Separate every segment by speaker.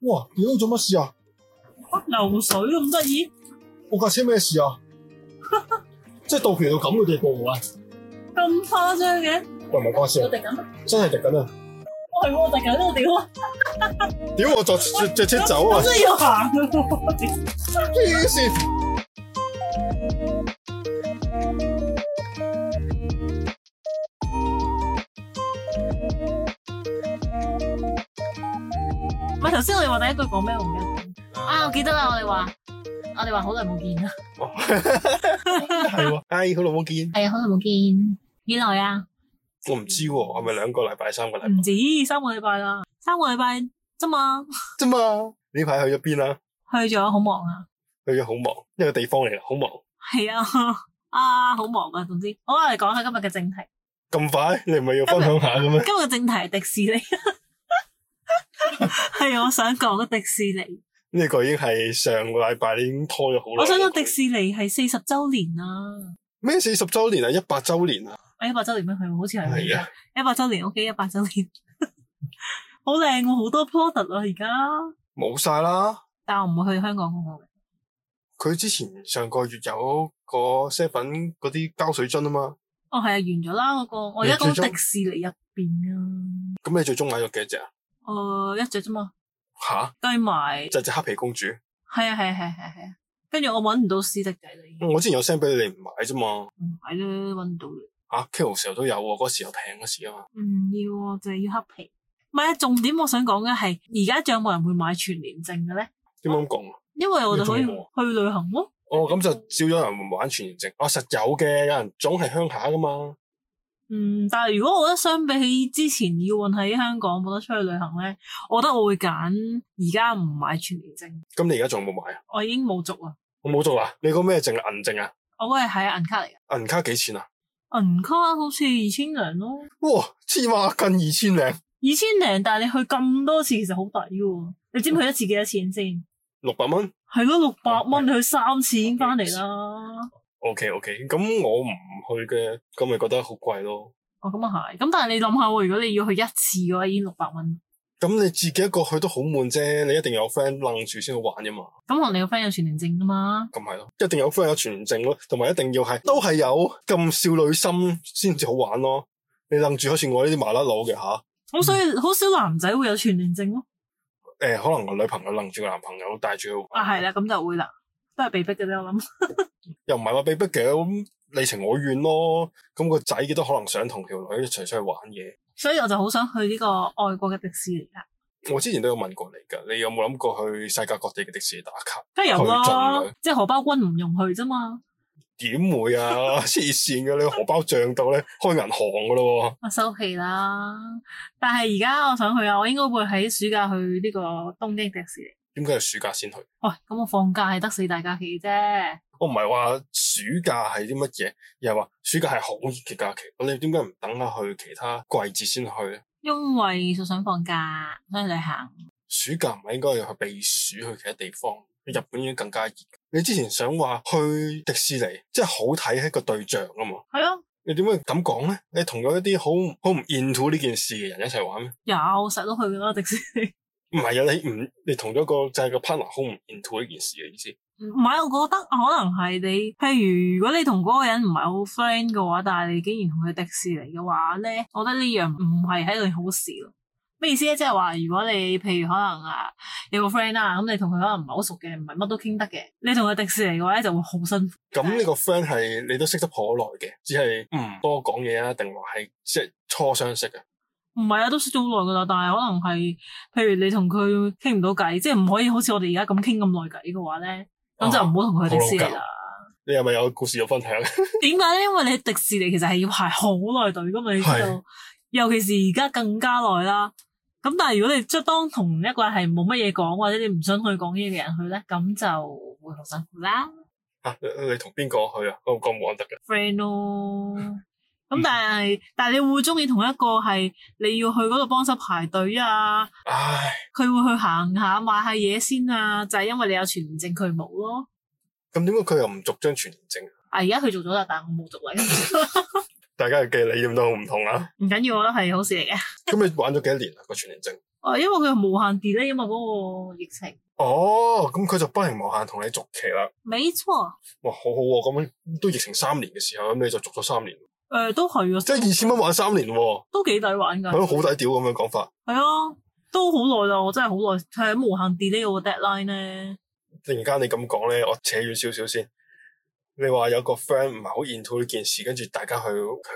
Speaker 1: 哇！屌做乜事啊？
Speaker 2: 北流水咁得意，
Speaker 1: 我架車咩事 啊？即係到期到咁嘅地步啊！
Speaker 2: 咁誇張嘅，
Speaker 1: 喂，唔係講笑
Speaker 2: 我，滴緊，
Speaker 1: 真係滴緊啊！
Speaker 2: 我哦係喎，我滴緊我屌啊！
Speaker 1: 屌我就
Speaker 2: 喂
Speaker 1: 隻隻車走啊
Speaker 2: 我！真係要行嘅喎，
Speaker 1: 黐線！
Speaker 2: 唔 係頭先我哋話第一句講咩我唔記得講啊，我記得啦，我哋話我哋話好耐冇見啦，
Speaker 1: 係喎，哎，好耐冇見。
Speaker 2: 係啊，好耐冇見，幾耐啊？
Speaker 1: 我唔知喎，係咪兩個禮拜、三個禮拜
Speaker 2: 唔止三個禮拜啦，三個禮拜啫嘛，
Speaker 1: 啫嘛？呢排去咗邊啊？
Speaker 2: 去咗好忙啊，
Speaker 1: 去咗好忙，一個地方嚟，好忙。
Speaker 2: 係啊， 啊好忙啊，總之好啦，我哋講下今日嘅正題，
Speaker 1: 咁快，你唔係要分享下嘅 咩？
Speaker 2: 今日嘅正題係迪士尼， 係啊我想講迪士尼。
Speaker 1: 呢個已經係上個禮拜你已經拖咗好耐。
Speaker 2: 我想講迪士尼係四十周年啊啦，
Speaker 1: 咩四十週年啊，一百週年啊，
Speaker 2: 啊一百周年咩？佢好似係
Speaker 1: 係啊
Speaker 2: 一百周年，OK，一百周年， 好靚喎，好多 product 啊而家，
Speaker 1: 冇晒啦。
Speaker 2: 但我唔會去香港嗰個嘅，
Speaker 1: 佢之前上個月有個 seven 嗰啲膠水樽啊嘛，
Speaker 2: 哦係啊，完咗啦嗰個，我而家
Speaker 1: 你最
Speaker 2: 講
Speaker 1: 終
Speaker 2: 迪士尼入邊啊，
Speaker 1: 咁你最終買咗幾隻啊？
Speaker 2: 誒一隻啫嘛，
Speaker 1: 吓，
Speaker 2: 計埋
Speaker 1: 就係隻黑皮公主。
Speaker 2: 係啊係啊係啊係啊係啊，跟住我揾唔到絲迪仔啦，已經
Speaker 1: 我之前有 send 俾你，你唔買啫嘛。
Speaker 2: 唔買啦，揾唔到啦，
Speaker 1: 啊 k o 時候都有喎，嗰時又平嗰時啊嘛。
Speaker 2: 唔要啊，就係要黑皮。唔係啊，重點我想講嘅係，而家仲有冇人會買全年證嘅咧？
Speaker 1: 點解咁講啊？
Speaker 2: 因為我哋可以
Speaker 1: 你仲有冇
Speaker 2: 去旅行咯。
Speaker 1: 哦，咁就少咗人玩全年證。哦，實有嘅，有人總係鄉下噶嘛。
Speaker 2: 嗯，但係如果我覺得相比起之前要運喺香港冇得出去旅行咧，我覺得我會揀而家唔買全年證，
Speaker 1: 咁你而家仲有冇買啊？
Speaker 2: 我已經冇續啦。
Speaker 1: 我冇做啊。你個咩證啊？銀證啊？
Speaker 2: 我嗰係係銀卡嚟
Speaker 1: 銀卡幾錢啊？
Speaker 2: 嘅，銀卡好似二千零咯，
Speaker 1: 哇，黐孖筋二千零
Speaker 2: 二千零，但係你去咁多次其實好抵嘅喎。你知唔知佢一次幾多錢先？
Speaker 1: 六百蚊。
Speaker 2: 係咯，六百蚊你去三次已經翻嚟啦。
Speaker 1: O K O K，咁我唔去嘅，咁咪覺得好貴咯。
Speaker 2: 哦，咁啊係。咁但係你諗下喎，如果你要去一次嘅話，已經六百蚊。
Speaker 1: 咁你自己一個去都好悶啫，你一定有 friend 楞住先好玩啫嘛。
Speaker 2: 咁同你個 friend 有全年證㗎嘛？
Speaker 1: 咁係咯，一定有 friend 有全年證咯，同埋一定要係都係有咁少女心先至好玩咯。你楞住好似我呢啲麻甩佬嘅吓，
Speaker 2: 咁所以好少男仔會有全年證咯。
Speaker 1: 诶、可能我女朋友楞住個男朋友帶住佢玩
Speaker 2: 啊，係啦，咁就會啦，都係被逼嘅啫，我諗。
Speaker 1: 又唔係話被逼嘅，咁你情我願咯。咁、個仔亦都可能想同條女一齊出去玩嘢。
Speaker 2: 所以我就好想去呢個外國嘅迪士尼啦，
Speaker 1: 我之前都有問過你㗎，你有冇諗過去世界各地嘅迪士尼打卡？
Speaker 2: 梗係有
Speaker 1: 去
Speaker 2: 啦
Speaker 1: 盡佢，
Speaker 2: 即係荷包君唔容許啫嘛。
Speaker 1: 點會啊？黐線嘅，你荷包漲到咧，開銀行噶咯
Speaker 2: 我收皮啦，但係而家我想去啊，我應該會喺暑假去呢個東京迪士尼。
Speaker 1: 喎。點解係暑假先去？
Speaker 2: 喂，咁我放假係得四大假期啫，
Speaker 1: 我唔係話暑假係啲乜嘢，而係話暑假係好熱嘅假期。我哋點解唔等下去其他季節先去咧？
Speaker 2: 因為就想放假，想去旅行。
Speaker 1: 暑假唔係應該要去避暑去其他地方？日本已經更加熱。你之前想話去迪士尼，即係好睇係一個對象啊嘛。
Speaker 2: 係啊，
Speaker 1: 你點解咁講咧？你同咗一啲好好唔 into 呢件事嘅人一齊玩咩？
Speaker 2: 有成日都去㗎啦迪士尼。
Speaker 1: 唔係啊，你唔你同咗個就係個 partner 好唔 into 呢件事嘅意思。
Speaker 2: 唔係，我覺得可能係你，譬如如果你同嗰個人唔係好 friend 嘅話，但係你竟然同佢迪士尼嘅話咧，我覺得呢樣唔係係一件好事咯。咩意思咧？即係話，如果你譬如可能啊有個 friend 啊啦，咁你同佢可能唔係好熟嘅，唔係乜都傾得嘅，你同佢迪士尼嘅話咧就會好辛苦。
Speaker 1: 咁呢個 friend 係你都識得頗耐嘅，只係唔多講嘢啊，定話係即係初相識啊？
Speaker 2: 唔係啊，都識咗好耐噶啦，但係可能係譬如你同佢傾唔到偈，即係唔可以好似我哋而家咁傾咁耐偈嘅話咧，咁就唔好同佢去迪士尼啦。
Speaker 1: 你係咪有故事要分享？
Speaker 2: 點解咧？因為你迪士尼其實係要排好耐隊噶嘛，你知
Speaker 1: 係
Speaker 2: 道，尤其是而家更加耐啦。咁但係如果你即係當同一個係冇乜嘢講，或者你唔想去講嘢嘅人去咧，咁就會好辛苦啦
Speaker 1: 啊，你你同邊個去啊？我咁玩得嘅，
Speaker 2: ，friend 咯。咁但係但係你會中意同一個係你要去嗰度幫手排隊啊，
Speaker 1: 唉，
Speaker 2: 佢會去行下買下嘢先啊，就係、因為你有全年證佢冇咯。
Speaker 1: 咁點解佢又唔續張全年證？
Speaker 2: 啊，而家佢做咗啦，但係我冇做位，
Speaker 1: 大家嘅理念都好唔同啊！
Speaker 2: 唔緊要，我覺得係好事嚟嘅。
Speaker 1: 咁你玩咗幾多年啊？個全年證
Speaker 2: 啊，因為佢無限 delay 啊嘛，嗰、個疫情。
Speaker 1: 哦，咁佢就不停無限同你續期啦。
Speaker 2: 沒錯，
Speaker 1: 哇，好好喎、咁都疫情三年嘅時候，咁你就續咗三年，
Speaker 2: 誒、都係
Speaker 1: 即係
Speaker 2: 啊，
Speaker 1: 二千蚊玩三年喎、
Speaker 2: 都幾抵玩㗎
Speaker 1: 係。咯，好抵屌咁樣講法。
Speaker 2: 係啊，都好耐啦，我真係好耐，係無限 delay 我個 deadline 咧。
Speaker 1: 突然間你咁講咧，我扯遠少少先。你話有個 friend 唔係好 into 呢件事，跟住大家去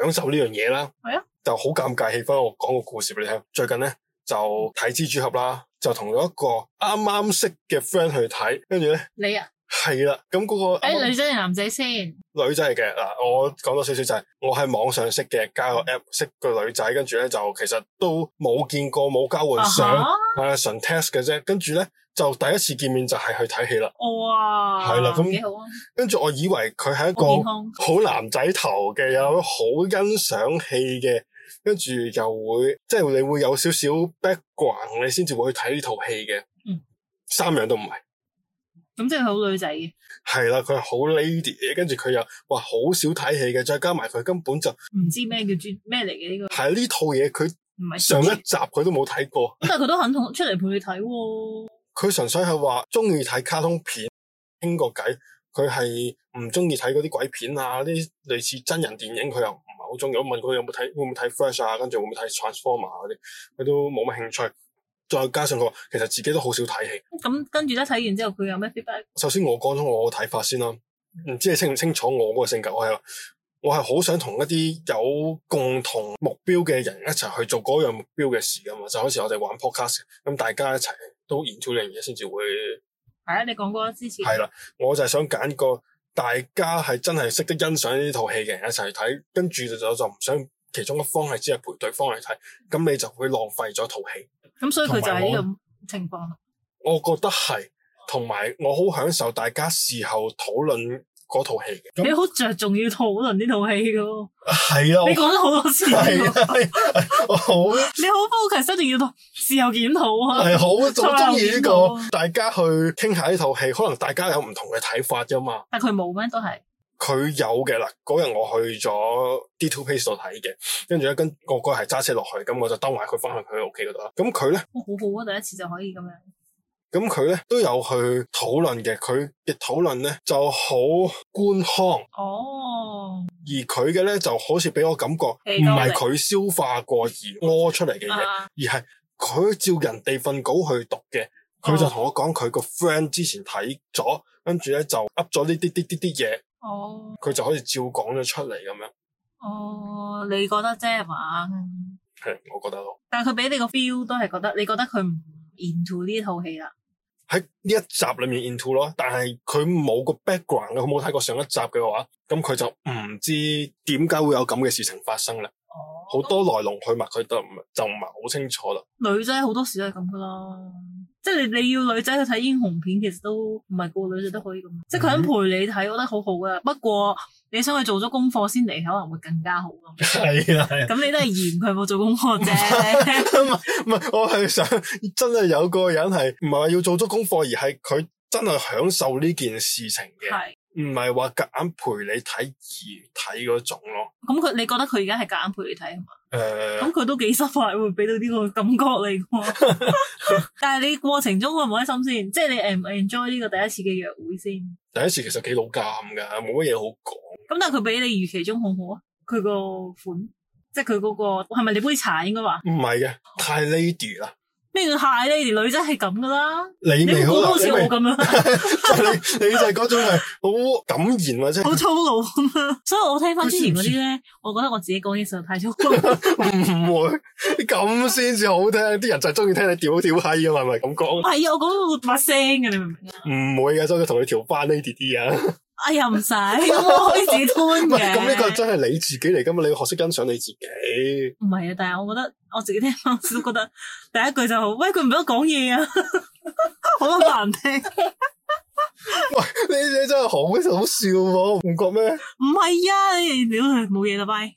Speaker 1: 享受呢樣嘢啦，
Speaker 2: 係啊，
Speaker 1: 就好尷尬氣氛。我講個故事俾你聽。最近咧就
Speaker 2: 嗯
Speaker 1: 睇蜘蛛俠啦，就同咗一個啱啱識嘅 friend 去睇，跟住咧
Speaker 2: 你啊，
Speaker 1: 係啦，咁嗰、個啱啱
Speaker 2: 誒、女仔定男仔先？
Speaker 1: 女仔嚟嘅嗱，我講多少少就係、我喺網上識嘅，加
Speaker 2: 嗯
Speaker 1: 個 app 識個女仔，跟住咧就其實都冇見過，冇交換相，
Speaker 2: 哈
Speaker 1: 係啊純 test 嘅啫。跟住咧就第一次見面就係去睇戲啦。
Speaker 2: 哇，
Speaker 1: 係啦咁
Speaker 2: 幾好啊，
Speaker 1: 跟住我以為佢係一
Speaker 2: 好健
Speaker 1: 個
Speaker 2: 康。
Speaker 1: 好男仔頭嘅，有好欣賞戲嘅，跟住又會即係你會有少少 background，你先至會去睇呢套戲嘅。
Speaker 2: 嗯，
Speaker 1: 三樣都唔係。
Speaker 2: 咁即係好女仔嘅，
Speaker 1: 係啦，佢係好 lady 嘅，跟住佢又話好少睇戲嘅，再加埋佢根本就
Speaker 2: 唔知咩叫專咩嚟嘅呢個，
Speaker 1: 係啊呢套嘢佢。
Speaker 2: 唔係
Speaker 1: 上一集佢都冇睇過，
Speaker 2: 咁但係佢都肯同出嚟陪你睇喎。
Speaker 1: 佢純粹係話中意睇卡通片，傾個偈。佢係唔中意睇嗰啲鬼片啊，啲類似真人電影佢又唔係好中意。我問佢有冇睇，會唔會睇 Flash 啊，跟住會唔會睇 Transformer 啊嗰啲，佢都冇乜興趣。再加上佢話其實自己都好少睇戲。
Speaker 2: 咁跟住咧睇完之後，佢有咩 feedback？
Speaker 1: 首先我講咗我嘅睇法先啦，唔知你清唔清楚我嗰個性格，我係我係好想同一啲有共同目標嘅人一齊去做嗰樣目標嘅事噶嘛，就好似我哋玩 podcast 咁，大家一齊都研究呢樣嘢先至會
Speaker 2: 係啊，你講過啦之前。
Speaker 1: 係啦。我就係想揀個大家係真係識得欣賞呢套戲嘅人一齊去睇，跟住就就唔想其中一方係只係陪對方嚟睇，咁你就會浪費咗套戲。
Speaker 2: 咁所以佢就係呢個情況。
Speaker 1: 我覺得係，同埋我好享受大家事後討論嗰套戲嘅。
Speaker 2: 你好着重要討論呢套戲噶，
Speaker 1: 係啊啦，我
Speaker 2: 你講咗好多次喎，
Speaker 1: 係啊，係啊我 好
Speaker 2: 你好 focus，一定要事後檢討啊。
Speaker 1: 係好好中啊意呢
Speaker 2: 錯啦
Speaker 1: 個，大家去傾下呢套戲，可能大家有唔同嘅睇法啫嘛。
Speaker 2: 但佢冇咩都係，
Speaker 1: 佢有嘅啦，嗰日我去咗 D Two Place 度睇嘅，跟住咧跟我嗰日係揸車落去，咁我就兜埋佢翻去佢屋企嗰度啦。咁佢咧，
Speaker 2: 哇好好啊！第一次就可以咁樣，
Speaker 1: 咁佢咧都有去討論嘅，佢嘅討論咧就好官腔。
Speaker 2: 哦，
Speaker 1: 而佢嘅咧就好似俾我感覺，
Speaker 2: 氣
Speaker 1: 唔
Speaker 2: 多力
Speaker 1: 係佢消化過而屙出嚟嘅嘢，
Speaker 2: 啊
Speaker 1: 而係佢照人哋份稿去讀嘅。佢
Speaker 2: 哦
Speaker 1: 就同我講佢個 friend 之前睇咗，跟住咧就噏咗呢啲啲啲啲嘢，
Speaker 2: 哦
Speaker 1: 佢就好似照講咗出嚟咁樣。
Speaker 2: 哦，你覺得啫係嘛？
Speaker 1: 係，我覺得咯。
Speaker 2: 但係佢俾你個 feel 都係覺得，你覺得佢唔 into 呢套戲啦。
Speaker 1: 喺呢一集裏面 into 咯，但係佢冇個 background 嘅，佢冇睇過上一集嘅話，咁佢就唔知點解會有咁嘅事情發生啦。
Speaker 2: 哦
Speaker 1: 好多來龍去脈佢都唔就唔係好清楚啦。
Speaker 2: 女仔好多時都係咁噶啦，即係你你要女仔去睇英雄片，其實都唔係個個女仔都可以咁，即係
Speaker 1: 嗯
Speaker 2: 佢肯陪你睇，我覺得好好噶。不過你想佢做咗功課先嚟，可能會更加好咯。
Speaker 1: 係啊，係啊。
Speaker 2: 咁你都係嫌佢冇做功 課啫，
Speaker 1: 唔係 唔係，我係想真係有個人係唔係話要做足功課，而係佢真係享受呢件事情嘅，
Speaker 2: 係。
Speaker 1: 唔係話夾硬陪你睇而睇嗰種咯。
Speaker 2: 咁佢你覺得佢而家係夾硬陪你睇係嘛？
Speaker 1: 誒、
Speaker 2: 咁佢都幾失敗，會俾到呢個感覺你喎。 但係你過程中開唔開心先？即係你 en- enjoy 呢個第一次嘅約會先。
Speaker 1: 第一次其實幾老尷噶，冇乜嘢好講。
Speaker 2: 咁但係佢比你預期中好唔好啊？佢個款，即係佢嗰個係咪你杯茶應該話？
Speaker 1: 唔係嘅，太 lady 啦，
Speaker 2: 咩叫 high lady 女仔係咁噶啦，
Speaker 1: 你
Speaker 2: 你
Speaker 1: 未
Speaker 2: 唔
Speaker 1: 好
Speaker 2: 好
Speaker 1: 啦，
Speaker 2: 好似
Speaker 1: 你
Speaker 2: 我
Speaker 1: 未
Speaker 2: 咁樣，
Speaker 1: 就你你就 係嗰種係好感言啊或者
Speaker 2: 好粗魯咁樣。所以我聽翻之前嗰啲 咧，我覺得我自己講嘢實在太粗魯。
Speaker 1: 唔會咁先至好聽，啲人就係中意聽你屌屌閪啊嘛，係咪咁
Speaker 2: 唔
Speaker 1: 講？
Speaker 2: 係啊，我講到把聲嘅，你明唔明啊？
Speaker 1: 唔會嘅，所以同佢調翻 lady 啲啊。
Speaker 2: 哎 呀，唔使，咁我可以自己吞
Speaker 1: 唔係
Speaker 2: 嘅。
Speaker 1: 咁呢個真係你自己嚟噶嘛？你要學識欣賞你自己。
Speaker 2: 唔係啊，但係我覺得我自己聽翻都覺得第一句就好，喂佢唔俾我講嘢啊， 好撚難聽。
Speaker 1: 你你真係好好笑喎，唔覺咩？
Speaker 2: 唔係啊，你屌佢冇嘢啦，拜。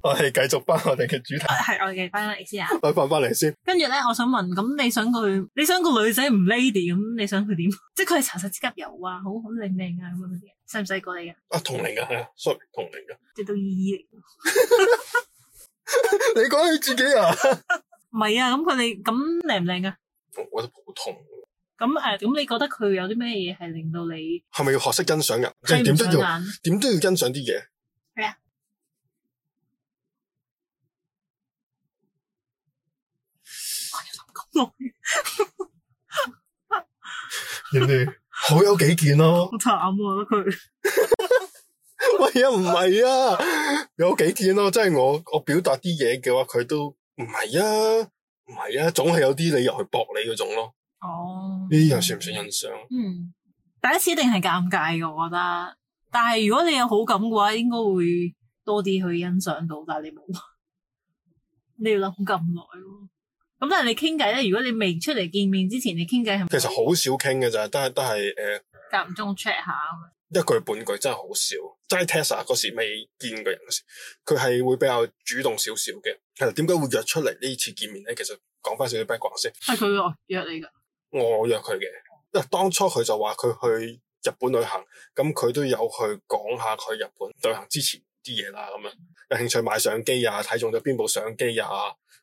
Speaker 1: 我哋繼續翻我哋嘅主題，
Speaker 2: 係我嘅翻嚟先啊。
Speaker 1: 我翻翻嚟先。
Speaker 2: 跟住咧，我想問，咁你想佢，你想個女仔唔 lady，咁你想佢點？ 即係佢係搽晒指甲油啊，好好靚靚啊咁樣嗰啲，細唔細個你啊？
Speaker 1: 啊，同齡噶係啊，sorry，同齡噶。
Speaker 2: 直到二二嚟，
Speaker 1: 你講你自己啊？
Speaker 2: 唔唔係啊，咁佢哋咁靚唔靚啊？
Speaker 1: 我覺得普通。
Speaker 2: 咁诶，咁、你覺得佢有啲咩嘢係令到你
Speaker 1: 係咪要學識欣賞人？即係
Speaker 2: 睇
Speaker 1: 點
Speaker 2: 唔啊
Speaker 1: 都
Speaker 2: 上
Speaker 1: 要
Speaker 2: 眼？
Speaker 1: 點都要欣賞啲嘢。
Speaker 2: 係啊。咁耐
Speaker 1: 人哋好有幾件咯。
Speaker 2: 好慘我覺得佢
Speaker 1: 喂啊，唔係啊，有幾件咯。即係我我表達啲嘢嘅話，佢都唔係啊，唔係啊，總係有啲理由去駁你嗰種咯。
Speaker 2: 哦
Speaker 1: 呢樣算唔算欣賞？
Speaker 2: 嗯，第一次一定係尷尬嘅，我覺得。但係如果你有好感嘅話，應該會多啲去欣賞到，但係你冇， 你要諗咁耐喎。咁但係你傾偈咧，如果你未出嚟見面之前，你傾偈係咪
Speaker 1: 其實好少傾嘅咋，都係都係呃誒
Speaker 2: 間唔中 check 下咁樣？
Speaker 1: 一句半句真係好少。齋 Tessa 嗰時未見過人嗰時，佢係會比較主動少少嘅。其實點解會約出嚟呢次見面咧？其實講翻少少 background 先。
Speaker 2: 係佢約約你㗎。
Speaker 1: 我約佢嘅，因為當初佢就話佢去日本旅行，咁佢都有去講下佢日本旅行之前啲嘢啦，咁樣有興趣買相機啊，睇中咗邊部相機啊，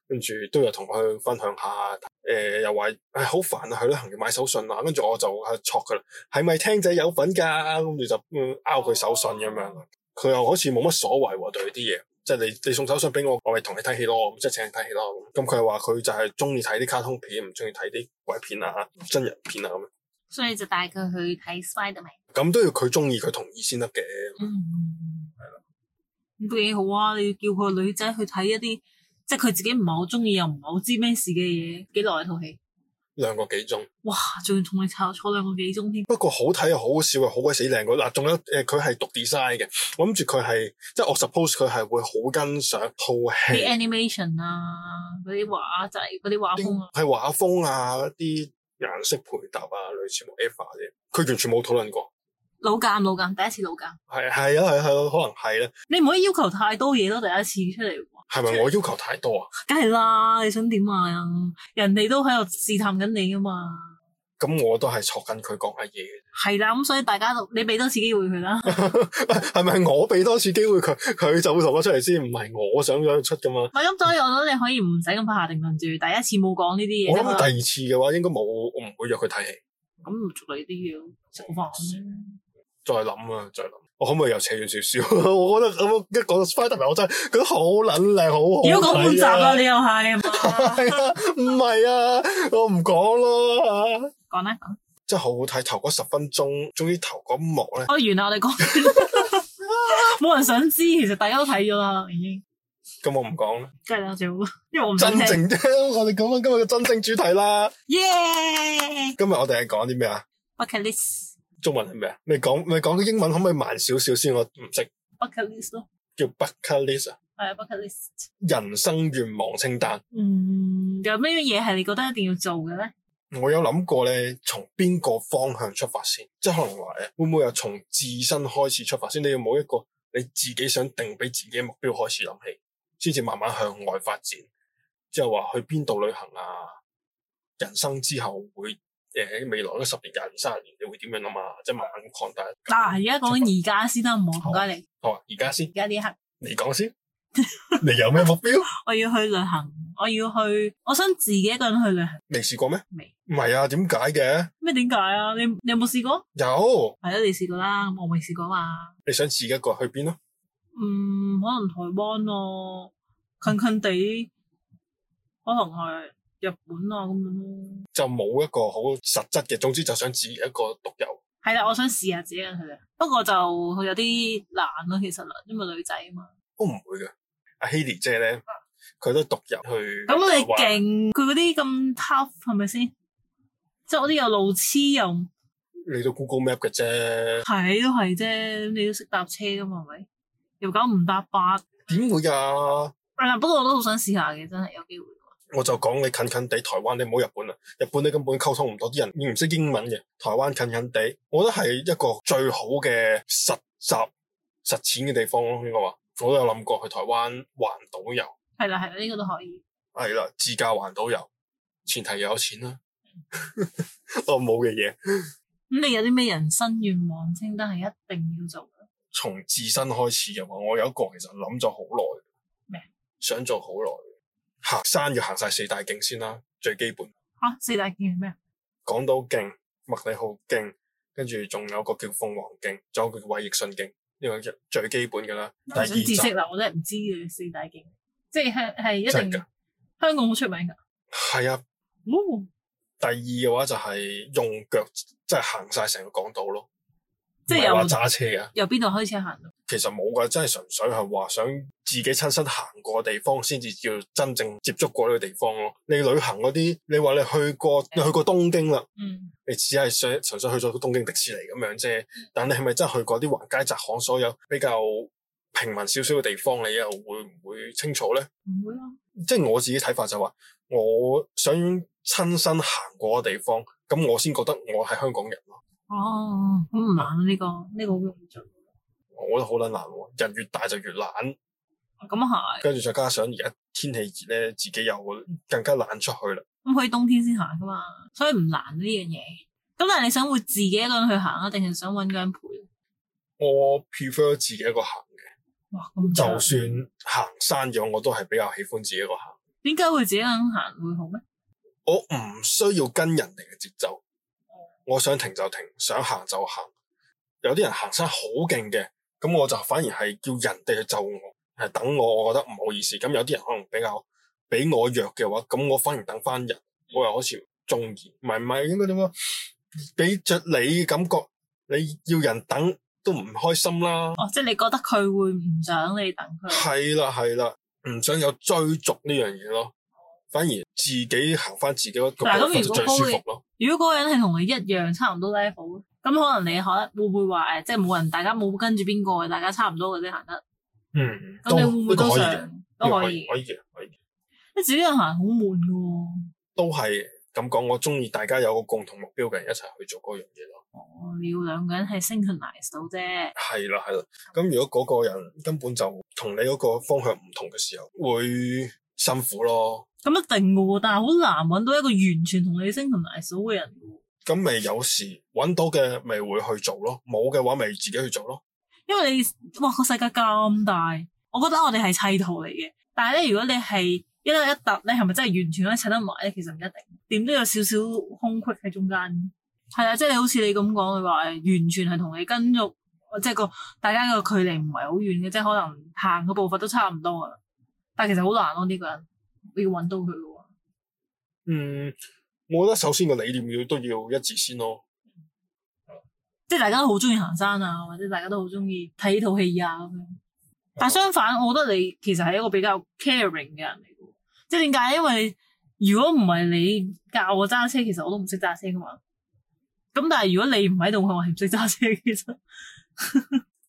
Speaker 1: 跟住都有同佢分享下，誒、又話唉好煩啊，去旅行要買手信啊，跟住我就係戳佢啦，係咪聽仔有份㗎？跟住就嗯拗佢手信咁樣，佢又好似冇乜所謂喎、對啲嘢。即係你你送手信俾我，我咪同你睇戲咯，即係請你睇戲咯。咁佢又話佢就係中意睇啲卡通片，唔中意睇啲鬼片啊、真人片啊咁樣。
Speaker 2: 所以就帶佢去睇 Spiderman。
Speaker 1: 咁都要佢中意佢同意先得嘅。
Speaker 2: 嗯，咁都幾好啊！你叫個女仔去睇一啲即係佢自己唔係好中意又唔係好知咩事嘅嘢，幾耐一套戲？
Speaker 1: 兩個幾鐘，
Speaker 2: 哇！仲要同你炒坐兩個幾鐘添。
Speaker 1: 不過好睇又好笑又好鬼死靚嗰嗱，仲有誒佢係讀 design 嘅，我諗住佢係即係我 suppose 佢係會好欣賞套
Speaker 2: 啲
Speaker 1: 戲，
Speaker 2: animation 啊，嗰啲畫仔，嗰啲畫風啊，
Speaker 1: 係畫風啊、啲顏色配搭啊，類似 whatever 啫。佢完全冇討論過，
Speaker 2: 老鑑老鑑，第一次老鑑，
Speaker 1: 係係啊係啊係啊，可能係咧，
Speaker 2: 你唔可以要求太多嘢咯，第一次出嚟喎，
Speaker 1: 係咪我要求太多啊？
Speaker 2: 梗係啦，你想點啊？人哋都喺度試探緊你噶嘛，
Speaker 1: 咁我都係錯緊佢講下嘢。
Speaker 2: 係啦，咁所以大家都你俾多次機會佢 啦，唔
Speaker 1: 系咪我俾多次機會佢， 佢就會同我出嚟先？唔係我想咗出噶嘛？
Speaker 2: 係咁，所以我覺得你可以唔使咁快下定論住，第一次冇講呢啲嘢
Speaker 1: 我
Speaker 2: 啫
Speaker 1: 諗
Speaker 2: 嘛，
Speaker 1: 第二次嘅話，應該冇，我唔會約佢睇戲。
Speaker 2: 咁唔做你都要食飯啦。
Speaker 1: 再諗啊，再諗。我可唔可以又扯遠少少？ 我覺得咁一講到 Spiderman，我真係覺得好撚靚，好好睇
Speaker 2: 如
Speaker 1: 啊。
Speaker 2: 果講半集啦，你又係嘛？
Speaker 1: 係啊，唔係啊，我唔講咯。啊
Speaker 2: 講啦講，
Speaker 1: 真係好好睇，頭嗰十分鐘，終於頭嗰一幕咧，
Speaker 2: 哦，完啦， 我哋講完，冇人想知，其實大家都睇咗啦，已經。
Speaker 1: 咁我唔講啦。
Speaker 2: 梗係啦，最好，因為我唔想
Speaker 1: 真
Speaker 2: 聽。
Speaker 1: 正 啫，我哋講翻今日嘅真正主題啦。
Speaker 2: 耶
Speaker 1: 今日我哋係講啲咩啊？
Speaker 2: ！bucket list，bucket
Speaker 1: 中文係咩啊？你講你講英文可唔可以慢少少先？我唔識。
Speaker 2: list 咯，
Speaker 1: 叫 bucket list 啊，
Speaker 2: 係啊 bucket list。
Speaker 1: 人生願望清單。
Speaker 2: 嗯，有咩嘢係你覺得一定要做嘅咧？
Speaker 1: 我有諗過咧，從邊個方向出發先？即係可能話誒，會唔會又從自身開始出發先？你要冇一個你自己想定俾自己嘅目標開始諗起，先至慢慢向外發展。即係話去邊度旅行啊？人生之後會誒、未來嗰十年、廿年、三十年，你會點樣諗啊？即係慢慢擴大。
Speaker 2: 嗱，而家講緊而家先啦，唔好唔該你。
Speaker 1: 好啊，而家先
Speaker 2: 而，家呢一刻，
Speaker 1: 你講先，你有咩目標？
Speaker 2: 我要去旅行，我要去，我想自己一個人去旅行。
Speaker 1: 未試過咩？
Speaker 2: 未
Speaker 1: 唔係啊，點解嘅？
Speaker 2: 咩？點解啊？你你有冇試過？
Speaker 1: 有，
Speaker 2: 係啊，你試過啦，我未試過嘛。
Speaker 1: 你想自己一個去邊咯？
Speaker 2: 嗯，可能台灣咯，近近地，可能係日本啊咁樣咯。
Speaker 1: 就冇一個好實質嘅，總之就想自己一個獨有。
Speaker 2: 係啦，我想試下自己一個人去旅行，不過就有啲難咯，其實啦，因為女仔啊嘛。
Speaker 1: 都唔會嘅。阿 Haley 姐咧，佢都獨有去台灣。
Speaker 2: 咁你勁，佢嗰啲咁 tough 係咪先？即係我啲又路痴又
Speaker 1: 你到 Google Map 嘅啫，
Speaker 2: 睇都係啫，你都識搭車噶嘛，係咪？又搞唔搭八，
Speaker 1: 點會㗎？
Speaker 2: 嗱，不過我都好想試下嘅，真係有機會。
Speaker 1: 我就講你近近地台灣，你唔好日本啦。日本你根本溝通唔到，啲人唔識英文嘅。台灣近近地，我覺得係一個最好嘅實習實踐嘅地方咯。應該話，我都有諗過去台灣環島遊，
Speaker 2: 係啦，係啦，呢個都可以。
Speaker 1: 係啦，自駕環島遊，前提有錢 啦。
Speaker 2: 哦
Speaker 1: 我冇嘅嘢。
Speaker 2: 咁你有啲咩人生願望清單係一定要做嘅？
Speaker 1: 從自身開始嘅話，我有一個其實諗咗好耐，
Speaker 2: 咩
Speaker 1: 想做好耐，行山要行晒四大徑先啦，最基本。
Speaker 2: 吓四大件咩？啊
Speaker 1: 港島徑、麥理浩徑，跟住仲有個叫鳳凰徑，仲有個叫衛奕信徑，呢個一最基本噶啦。第
Speaker 2: 我
Speaker 1: 二
Speaker 2: 想知
Speaker 1: 集
Speaker 2: 識啦，我真係唔知嘅四大件，即係係一
Speaker 1: 真
Speaker 2: 定
Speaker 1: 係㗎
Speaker 2: 香港好出名噶。
Speaker 1: 係啊，
Speaker 2: 哦，
Speaker 1: 第二嘅話就係用腳，即係行晒成個港島咯，
Speaker 2: 即
Speaker 1: 唔
Speaker 2: 係
Speaker 1: 係話
Speaker 2: 由
Speaker 1: 揸車啊嘅。
Speaker 2: 由邊度開始行啊到？
Speaker 1: 其實冇噶，真係純粹係話想自己親身行過嘅地方，先至叫真正接觸過呢個地方咯。你旅行嗰啲，你話你去過，你去過東京啦，
Speaker 2: 嗯，
Speaker 1: 你只係想純粹去咗東京迪士尼咁樣啫。但你係咪真係去過啲橫街窄巷，所有比較平民少少嘅地方，你又會唔會清楚呢？
Speaker 2: 唔會啊咯。
Speaker 1: 即係我自己睇法就話，我想親身行過嘅地方，咁我先覺得我係香港人咯。
Speaker 2: 哦，咁唔難啊呢個呢個好容易做。
Speaker 1: 我覺得好撚難喎，人越大就越懶。
Speaker 2: 咁係，
Speaker 1: 跟住再加上而家天氣熱咧，自己又更加懶出去啦。
Speaker 2: 咁可以冬天先行噶嘛，所以唔難呢樣嘢。咁但係你想會自己一個人去行啊，定係想揾個人陪？
Speaker 1: 我 prefer 自己一個行嘅，
Speaker 2: 哇，咁
Speaker 1: 就
Speaker 2: 正
Speaker 1: 算行山嘅我都係比較喜歡自己一個行。
Speaker 2: 點解會自己一個人行會好咩？
Speaker 1: 我唔需要跟人哋嘅節奏，我想停就停，想行就行。有啲人行山好勁嘅，咁我就反而係叫人哋去就我，係等我，我覺得唔好意思。咁有啲人可能比較俾我弱嘅話，咁我反而等翻人，我又好似中意，唔係唔係應該點講？俾着你感覺，你要人等都唔開心啦。
Speaker 2: 哦，即係你覺得佢會唔想你等佢？
Speaker 1: 係啦係啦，唔想有追逐呢樣嘢咯，反而自己行翻自己嗰個
Speaker 2: 嗱咁
Speaker 1: 步伐
Speaker 2: 如
Speaker 1: 就
Speaker 2: 果
Speaker 1: 最舒
Speaker 2: Chloe-
Speaker 1: 服咯。
Speaker 2: 如果嗰個人係同你一樣差唔多 level，咁可能你可能會唔會話誒，即係冇人，大家冇跟住邊個嘅，大家差唔多嘅啫行得。
Speaker 1: 嗯，
Speaker 2: 咁你會唔會
Speaker 1: 都
Speaker 2: 都
Speaker 1: 可以
Speaker 2: 想
Speaker 1: 嘅，
Speaker 2: 都
Speaker 1: 呢個
Speaker 2: 可
Speaker 1: 以
Speaker 2: 以？
Speaker 1: 可以嘅，可以嘅
Speaker 2: 你自己一個人行好悶嘅喎。
Speaker 1: 都係咁講。我中意大家有個共同目標嘅人一齊去做嗰樣嘢咯。
Speaker 2: 哦，你要兩個人係 synchronize 到啫。
Speaker 1: 係啦，係啦。咁如果嗰個人根本就同你嗰個方向唔同嘅時候，會辛苦咯。
Speaker 2: 咁一定嘅喎，但係好難揾到一個完全同你 synchronize 到嘅人嘅喎，
Speaker 1: 咁咪有時揾到嘅咪會去做咯，冇嘅話咪自己去做咯。
Speaker 2: 因為你哇個世界咁大，我覺得我哋係砌圖嚟嘅，但係咧如果你係一粒一突咧，係咪真係完全可以砌得埋咧？其實唔一定，點都有少少空隙喺中間。係啦，即係你好似你咁講，佢話誒完全係同你跟足，即係個大家個距離唔係好遠嘅，即係可能行嘅步伐都差唔多啊。但係其實好難咯、呢、個人要揾到佢嘅喎。
Speaker 1: 嗯，我覺得首先個理念要都要一致先咯。
Speaker 2: 即係大家都好中意行山啊，或者大家都好中意睇套戲啊咁樣。但相反，我覺得你其實係一個比較 caring 嘅人嚟嘅喎，即係點解？因為如果唔係你教我揸車，其實我都唔識揸車噶嘛。咁但係如果你唔喺度，我係唔識揸車嘅。其實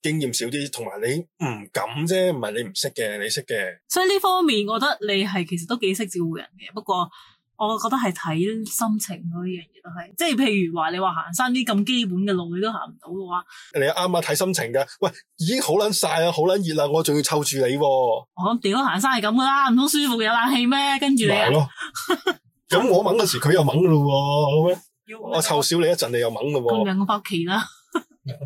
Speaker 1: 經驗少啲，同埋你唔敢啫，唔係你唔識嘅，你識嘅。
Speaker 2: 所以呢方面，我覺得你係其實都幾識照顧人嘅。不過我覺得係睇心情咯，呢樣嘢都係。即係譬如話你話行山啲咁基本嘅路你都行唔到嘅話，
Speaker 1: 你啱啊，睇心情噶。喂，已經好撚晒啊啦，好撚熱啦，我仲要湊住你喎、
Speaker 2: 我諗屌行山係咁噶啦，唔通舒服有冷氣咩？跟住你啊
Speaker 1: 埋 咯。咁我掹嗰時，佢又掹咯喎，咁 樣
Speaker 2: 要
Speaker 1: 我湊少你一陣，你又掹
Speaker 2: 咁
Speaker 1: 咯
Speaker 2: 樣我翻屋企啦。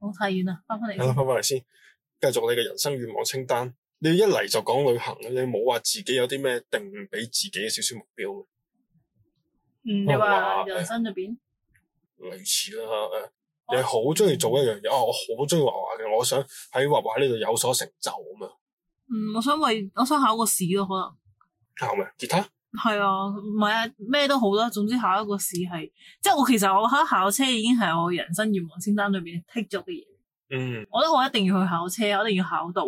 Speaker 2: 我太遠啦，翻返嚟
Speaker 1: 喎。啦，
Speaker 2: 先。
Speaker 1: 翻返嚟先，繼續你嘅人生願望清單。你一嚟就講旅行，啊你冇話自己有啲咩定俾自己少少目標，
Speaker 2: 嗯，你話人生入邊，
Speaker 1: 類似啦。誒，你好中意做一樣嘢，哦，我好中意畫畫嘅，我想喺畫畫呢度有所成就咁樣，
Speaker 2: 嗯，我想為我想考個試咯，可
Speaker 1: 係咪？啊吉他
Speaker 2: 能係啊，唔係啊，咩都好啦，總之考一個試係，即係我其實我考考車已經係我人生願望清單裏邊剔咗嘅嘢。
Speaker 1: 嗯，
Speaker 2: 我覺得我一定要去考車，我一定要考到。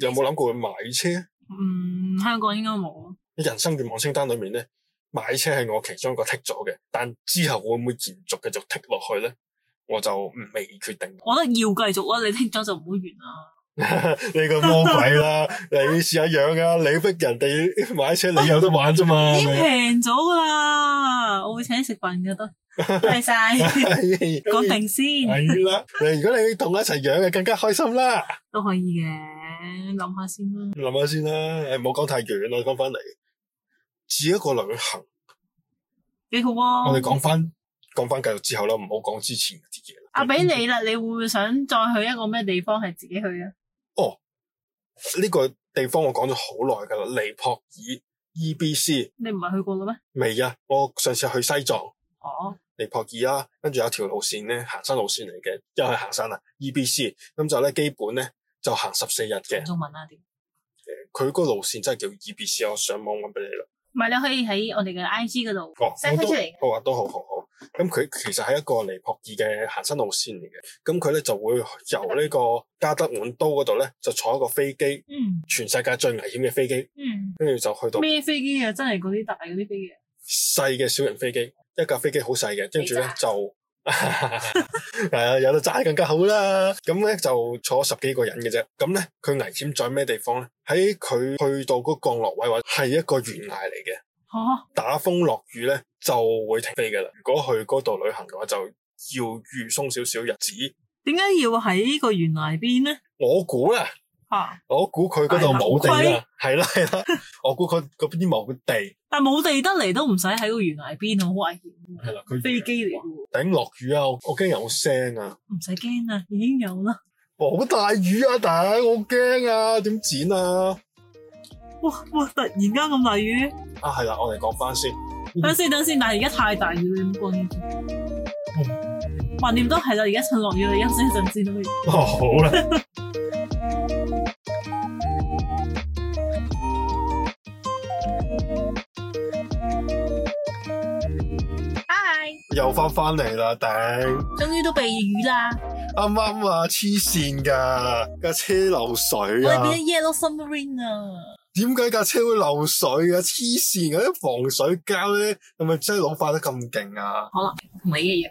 Speaker 1: 有冇諗過去買車？
Speaker 2: 嗯，香港應該冇。
Speaker 1: 人生願望清單裏面咧，買車係我其中一個剔咗嘅，但之後會唔會延續繼續剔落去咧？我就未決 定。
Speaker 2: 我覺得要繼續咯，你剔咗就唔好完啦。
Speaker 1: 你個魔鬼啦！你試下樣啊！你逼人哋買車， 你有得玩啫嘛
Speaker 2: 已經平咗噶啦，我會請你食飯嘅都，多 謝晒。 講定先。
Speaker 1: 係啦，你如果你同我一齊養嘅，更加開心啦。
Speaker 2: 都可以嘅，諗下先啦。
Speaker 1: 諗下先啦，誒，唔好講太遠啦，講翻嚟自己一個旅行，
Speaker 2: 幾好啊！
Speaker 1: 我哋講翻講翻繼續之後啦，唔好講之前嗰啲嘢啦。
Speaker 2: 啊，俾你啦，你會唔會想再去一個咩地方係自己去啊？
Speaker 1: 呢個地方我講咗好耐㗎啦，尼泊爾 EBC
Speaker 2: 你唔係去過嘅咩？
Speaker 1: 未啊？我上次去西藏
Speaker 2: 哦，
Speaker 1: 尼泊爾啦，跟住有條路線咧，行山路線嚟嘅，又係行山啊 EBC，咁就咧基本咧就行十四日嘅，
Speaker 2: 中文啊點？
Speaker 1: 佢嗰個路線真係叫 EBC，我上網揾俾你啦。
Speaker 2: 唔係你可以喺我哋嘅 I G 嗰度
Speaker 1: 哦，
Speaker 2: send
Speaker 1: 我
Speaker 2: 翻
Speaker 1: 都
Speaker 2: 出嚟嘅。
Speaker 1: 我話都好好好。咁佢其實係一個尼泊爾嘅行山路線嚟嘅，咁佢咧就會由呢個加德滿都嗰度咧就坐一個飛機，
Speaker 2: 嗯
Speaker 1: 全世界最危險嘅飛機，
Speaker 2: 嗯，
Speaker 1: 跟住就去到
Speaker 2: 咩飛機啊？真係嗰啲大嗰啲飛機啊？
Speaker 1: 細嘅小型飛機，一架飛機好細嘅，跟住咧
Speaker 2: 你揸
Speaker 1: 就 係啊，有得揸更加好啦。咁咧就坐十幾個人嘅啫。咁咧佢危險在咩地方咧？喺佢去到嗰個降落位或者係一個懸崖嚟嘅。
Speaker 2: 嚇
Speaker 1: 打風落雨咧就會停飛㗎啦。如果去嗰度旅行嘅話，就要預鬆少少日子。
Speaker 2: 點解要喺呢個懸崖邊咧？
Speaker 1: 我估啦，
Speaker 2: 嚇，
Speaker 1: 我估佢嗰度冇地
Speaker 2: 係
Speaker 1: 啦，係啦係啦，我估佢嗰邊冇地，
Speaker 2: 但冇地得嚟都唔使喺個懸崖邊，好危險。
Speaker 1: 係啦，佢
Speaker 2: 飛機嚟嘅喎，
Speaker 1: 頂落雨啊！我我驚有聲啊！
Speaker 2: 唔使驚啦，已經有啦。
Speaker 1: 哇，好大雨啊！大佬，我驚啊，點剪啊？
Speaker 2: 哇哇！突然間咁大雨，
Speaker 1: 啊，係啦，我哋講翻先。
Speaker 2: 等先等先，但係而家太大雨啦，咁講呢啲。橫掂都係啦，而家趁落雨，你休息一陣先啦。不如
Speaker 1: 哦，好啦。
Speaker 2: Hi，
Speaker 1: 又翻翻嚟啦，頂！
Speaker 2: 終於都避雨啦，
Speaker 1: 啱啱啊，黐線㗎，架車漏水
Speaker 2: 我哋
Speaker 1: 啊！
Speaker 2: 變咗 yellow submarine 啊！
Speaker 1: 點解架車會漏水啊？黐線嘅啲防水膠咧，係咪真係老化得咁勁啊？
Speaker 2: 可能同你一樣。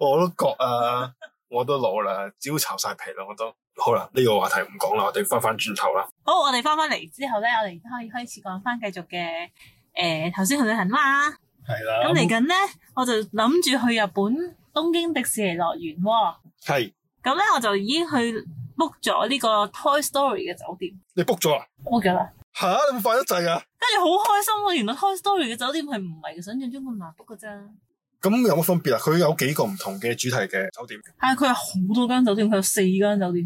Speaker 1: 我都覺 啊，我都老啦，招巢晒皮啦，我都好啦。呢、個話題唔講啦，我哋翻翻轉頭啦。
Speaker 2: 好，我哋翻翻嚟之後咧，我哋而家可以開始講翻繼續嘅誒頭先去旅行嘛。
Speaker 1: 係啦
Speaker 2: 咁嚟緊咧，我就諗住去日本東京迪士尼樂園喎。
Speaker 1: 係
Speaker 2: 咁咧我就已經去 book 咗呢個 Toy Story 嘅酒店
Speaker 1: 你 book 咗啊？
Speaker 2: ，book 咗啦。
Speaker 1: 吓，你咁快得滯啊？
Speaker 2: 跟住好開心喎、原來 Toy Story 嘅酒店係唔係想象中咁難 book 嘅咋？
Speaker 1: 咁有乜分別啊？佢有幾個唔同嘅主題嘅酒店，
Speaker 2: 係佢有好多間酒店，佢有四間酒店。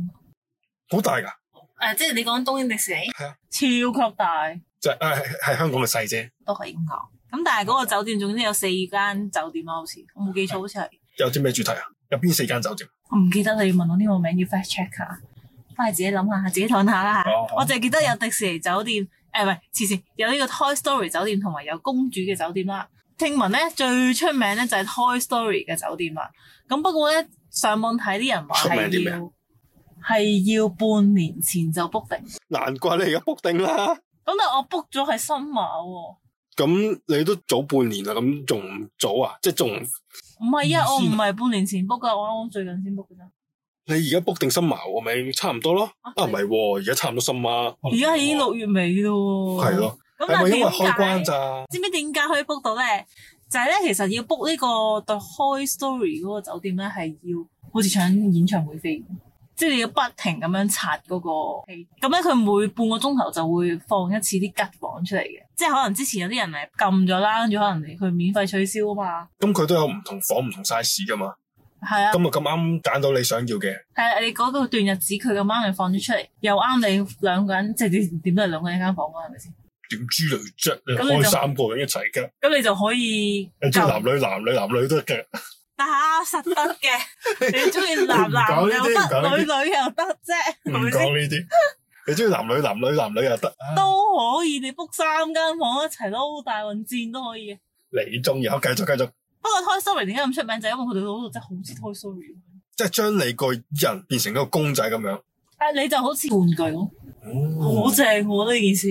Speaker 1: 好大㗎，
Speaker 2: 誒、啊即係你講東京迪士尼
Speaker 1: 係啊，
Speaker 2: 超級大
Speaker 1: 就係啊係係香港嘅細啫，
Speaker 2: 都可以咁講。咁但係嗰個酒店總之有四間酒店啊啦，好似我冇記錯，好似係。
Speaker 1: 有啲咩主題啊？有邊四間酒店？
Speaker 2: 我唔記得你問我呢個名要 fact check 下，翻去自己諗下，自己睇下啦
Speaker 1: 哦好
Speaker 2: 嚇。
Speaker 1: 好
Speaker 2: 我淨係記得有迪士尼酒店，誒唔係，黐線有呢個 Toy Story 酒店同埋有公主嘅酒店啦。聽聞咧最出名咧就係 Toy Story 嘅酒店啦。咁不過咧上網睇啲人話
Speaker 1: 出名啲
Speaker 2: 係
Speaker 1: 咩啊
Speaker 2: 要係要半年前就 book 定，咁
Speaker 1: 難怪你而家 book 定啦。
Speaker 2: 但係我 book 咗係新馬喎。
Speaker 1: 咁你都早半年啦，咁仲唔早啊？即係仲唔
Speaker 2: 唔係啊，我唔係半年前 book 噶，我啱啱最近先 book 噶咋。
Speaker 1: 你而家 book 定新矛咪差唔多咯？
Speaker 2: 啊
Speaker 1: 啊，唔係喎，而家差唔多新馬。
Speaker 2: 而家係已經六月尾咯。
Speaker 1: 哦係。咯，
Speaker 2: 咁但
Speaker 1: 係咪因為
Speaker 2: 點
Speaker 1: 開關
Speaker 2: 解？
Speaker 1: 咋？
Speaker 2: 知唔知點解可以 book 到咧？就係咧，其實要 book 呢個 The Toy Story 嗰個酒店咧，係要好似搶演唱會飛，即係你要不停咁樣刷嗰個飛。咁咧，佢每半個鐘頭就會放一次啲吉房出嚟嘅，即係可能之前有啲人嚟撳咗啦，跟住可能佢免費取消啊嘛。
Speaker 1: 咁佢都有唔同房唔同 size 噶嘛？
Speaker 2: 係啊
Speaker 1: 咁，啊咁啱揀到你想要嘅，
Speaker 2: 係啊，你嗰個段日子佢咁啱你放咗出嚟，又啱你兩個人，即係點點都係兩個人一間房啊，係咪先？
Speaker 1: 點知你啫？你
Speaker 2: 咁你
Speaker 1: 開
Speaker 2: 就
Speaker 1: 三個人一齊噶，
Speaker 2: 咁你就可以
Speaker 1: 你中意
Speaker 2: 撳
Speaker 1: 男女男女男女都得嘅。
Speaker 2: 打實得 嘅，你中意男男
Speaker 1: 唔講
Speaker 2: 又
Speaker 1: 呢啲唔講呢啲
Speaker 2: 得，女女又得啫，
Speaker 1: 唔
Speaker 2: 係咪先？
Speaker 1: 講呢啲， 你中意男女男女男女又得，啊
Speaker 2: 都可以，你 book 三間房一齊撈大混戰都可以嘅。
Speaker 1: 你中意。好，繼續繼續，
Speaker 2: 不過 Toy Story 點解咁出名就係因為佢哋嗰度真係好似 Toy Story，
Speaker 1: 即係將你個人變成一個公仔咁樣。
Speaker 2: 啊你就好似玩具咯，好
Speaker 1: 哦，
Speaker 2: 正喎呢件事。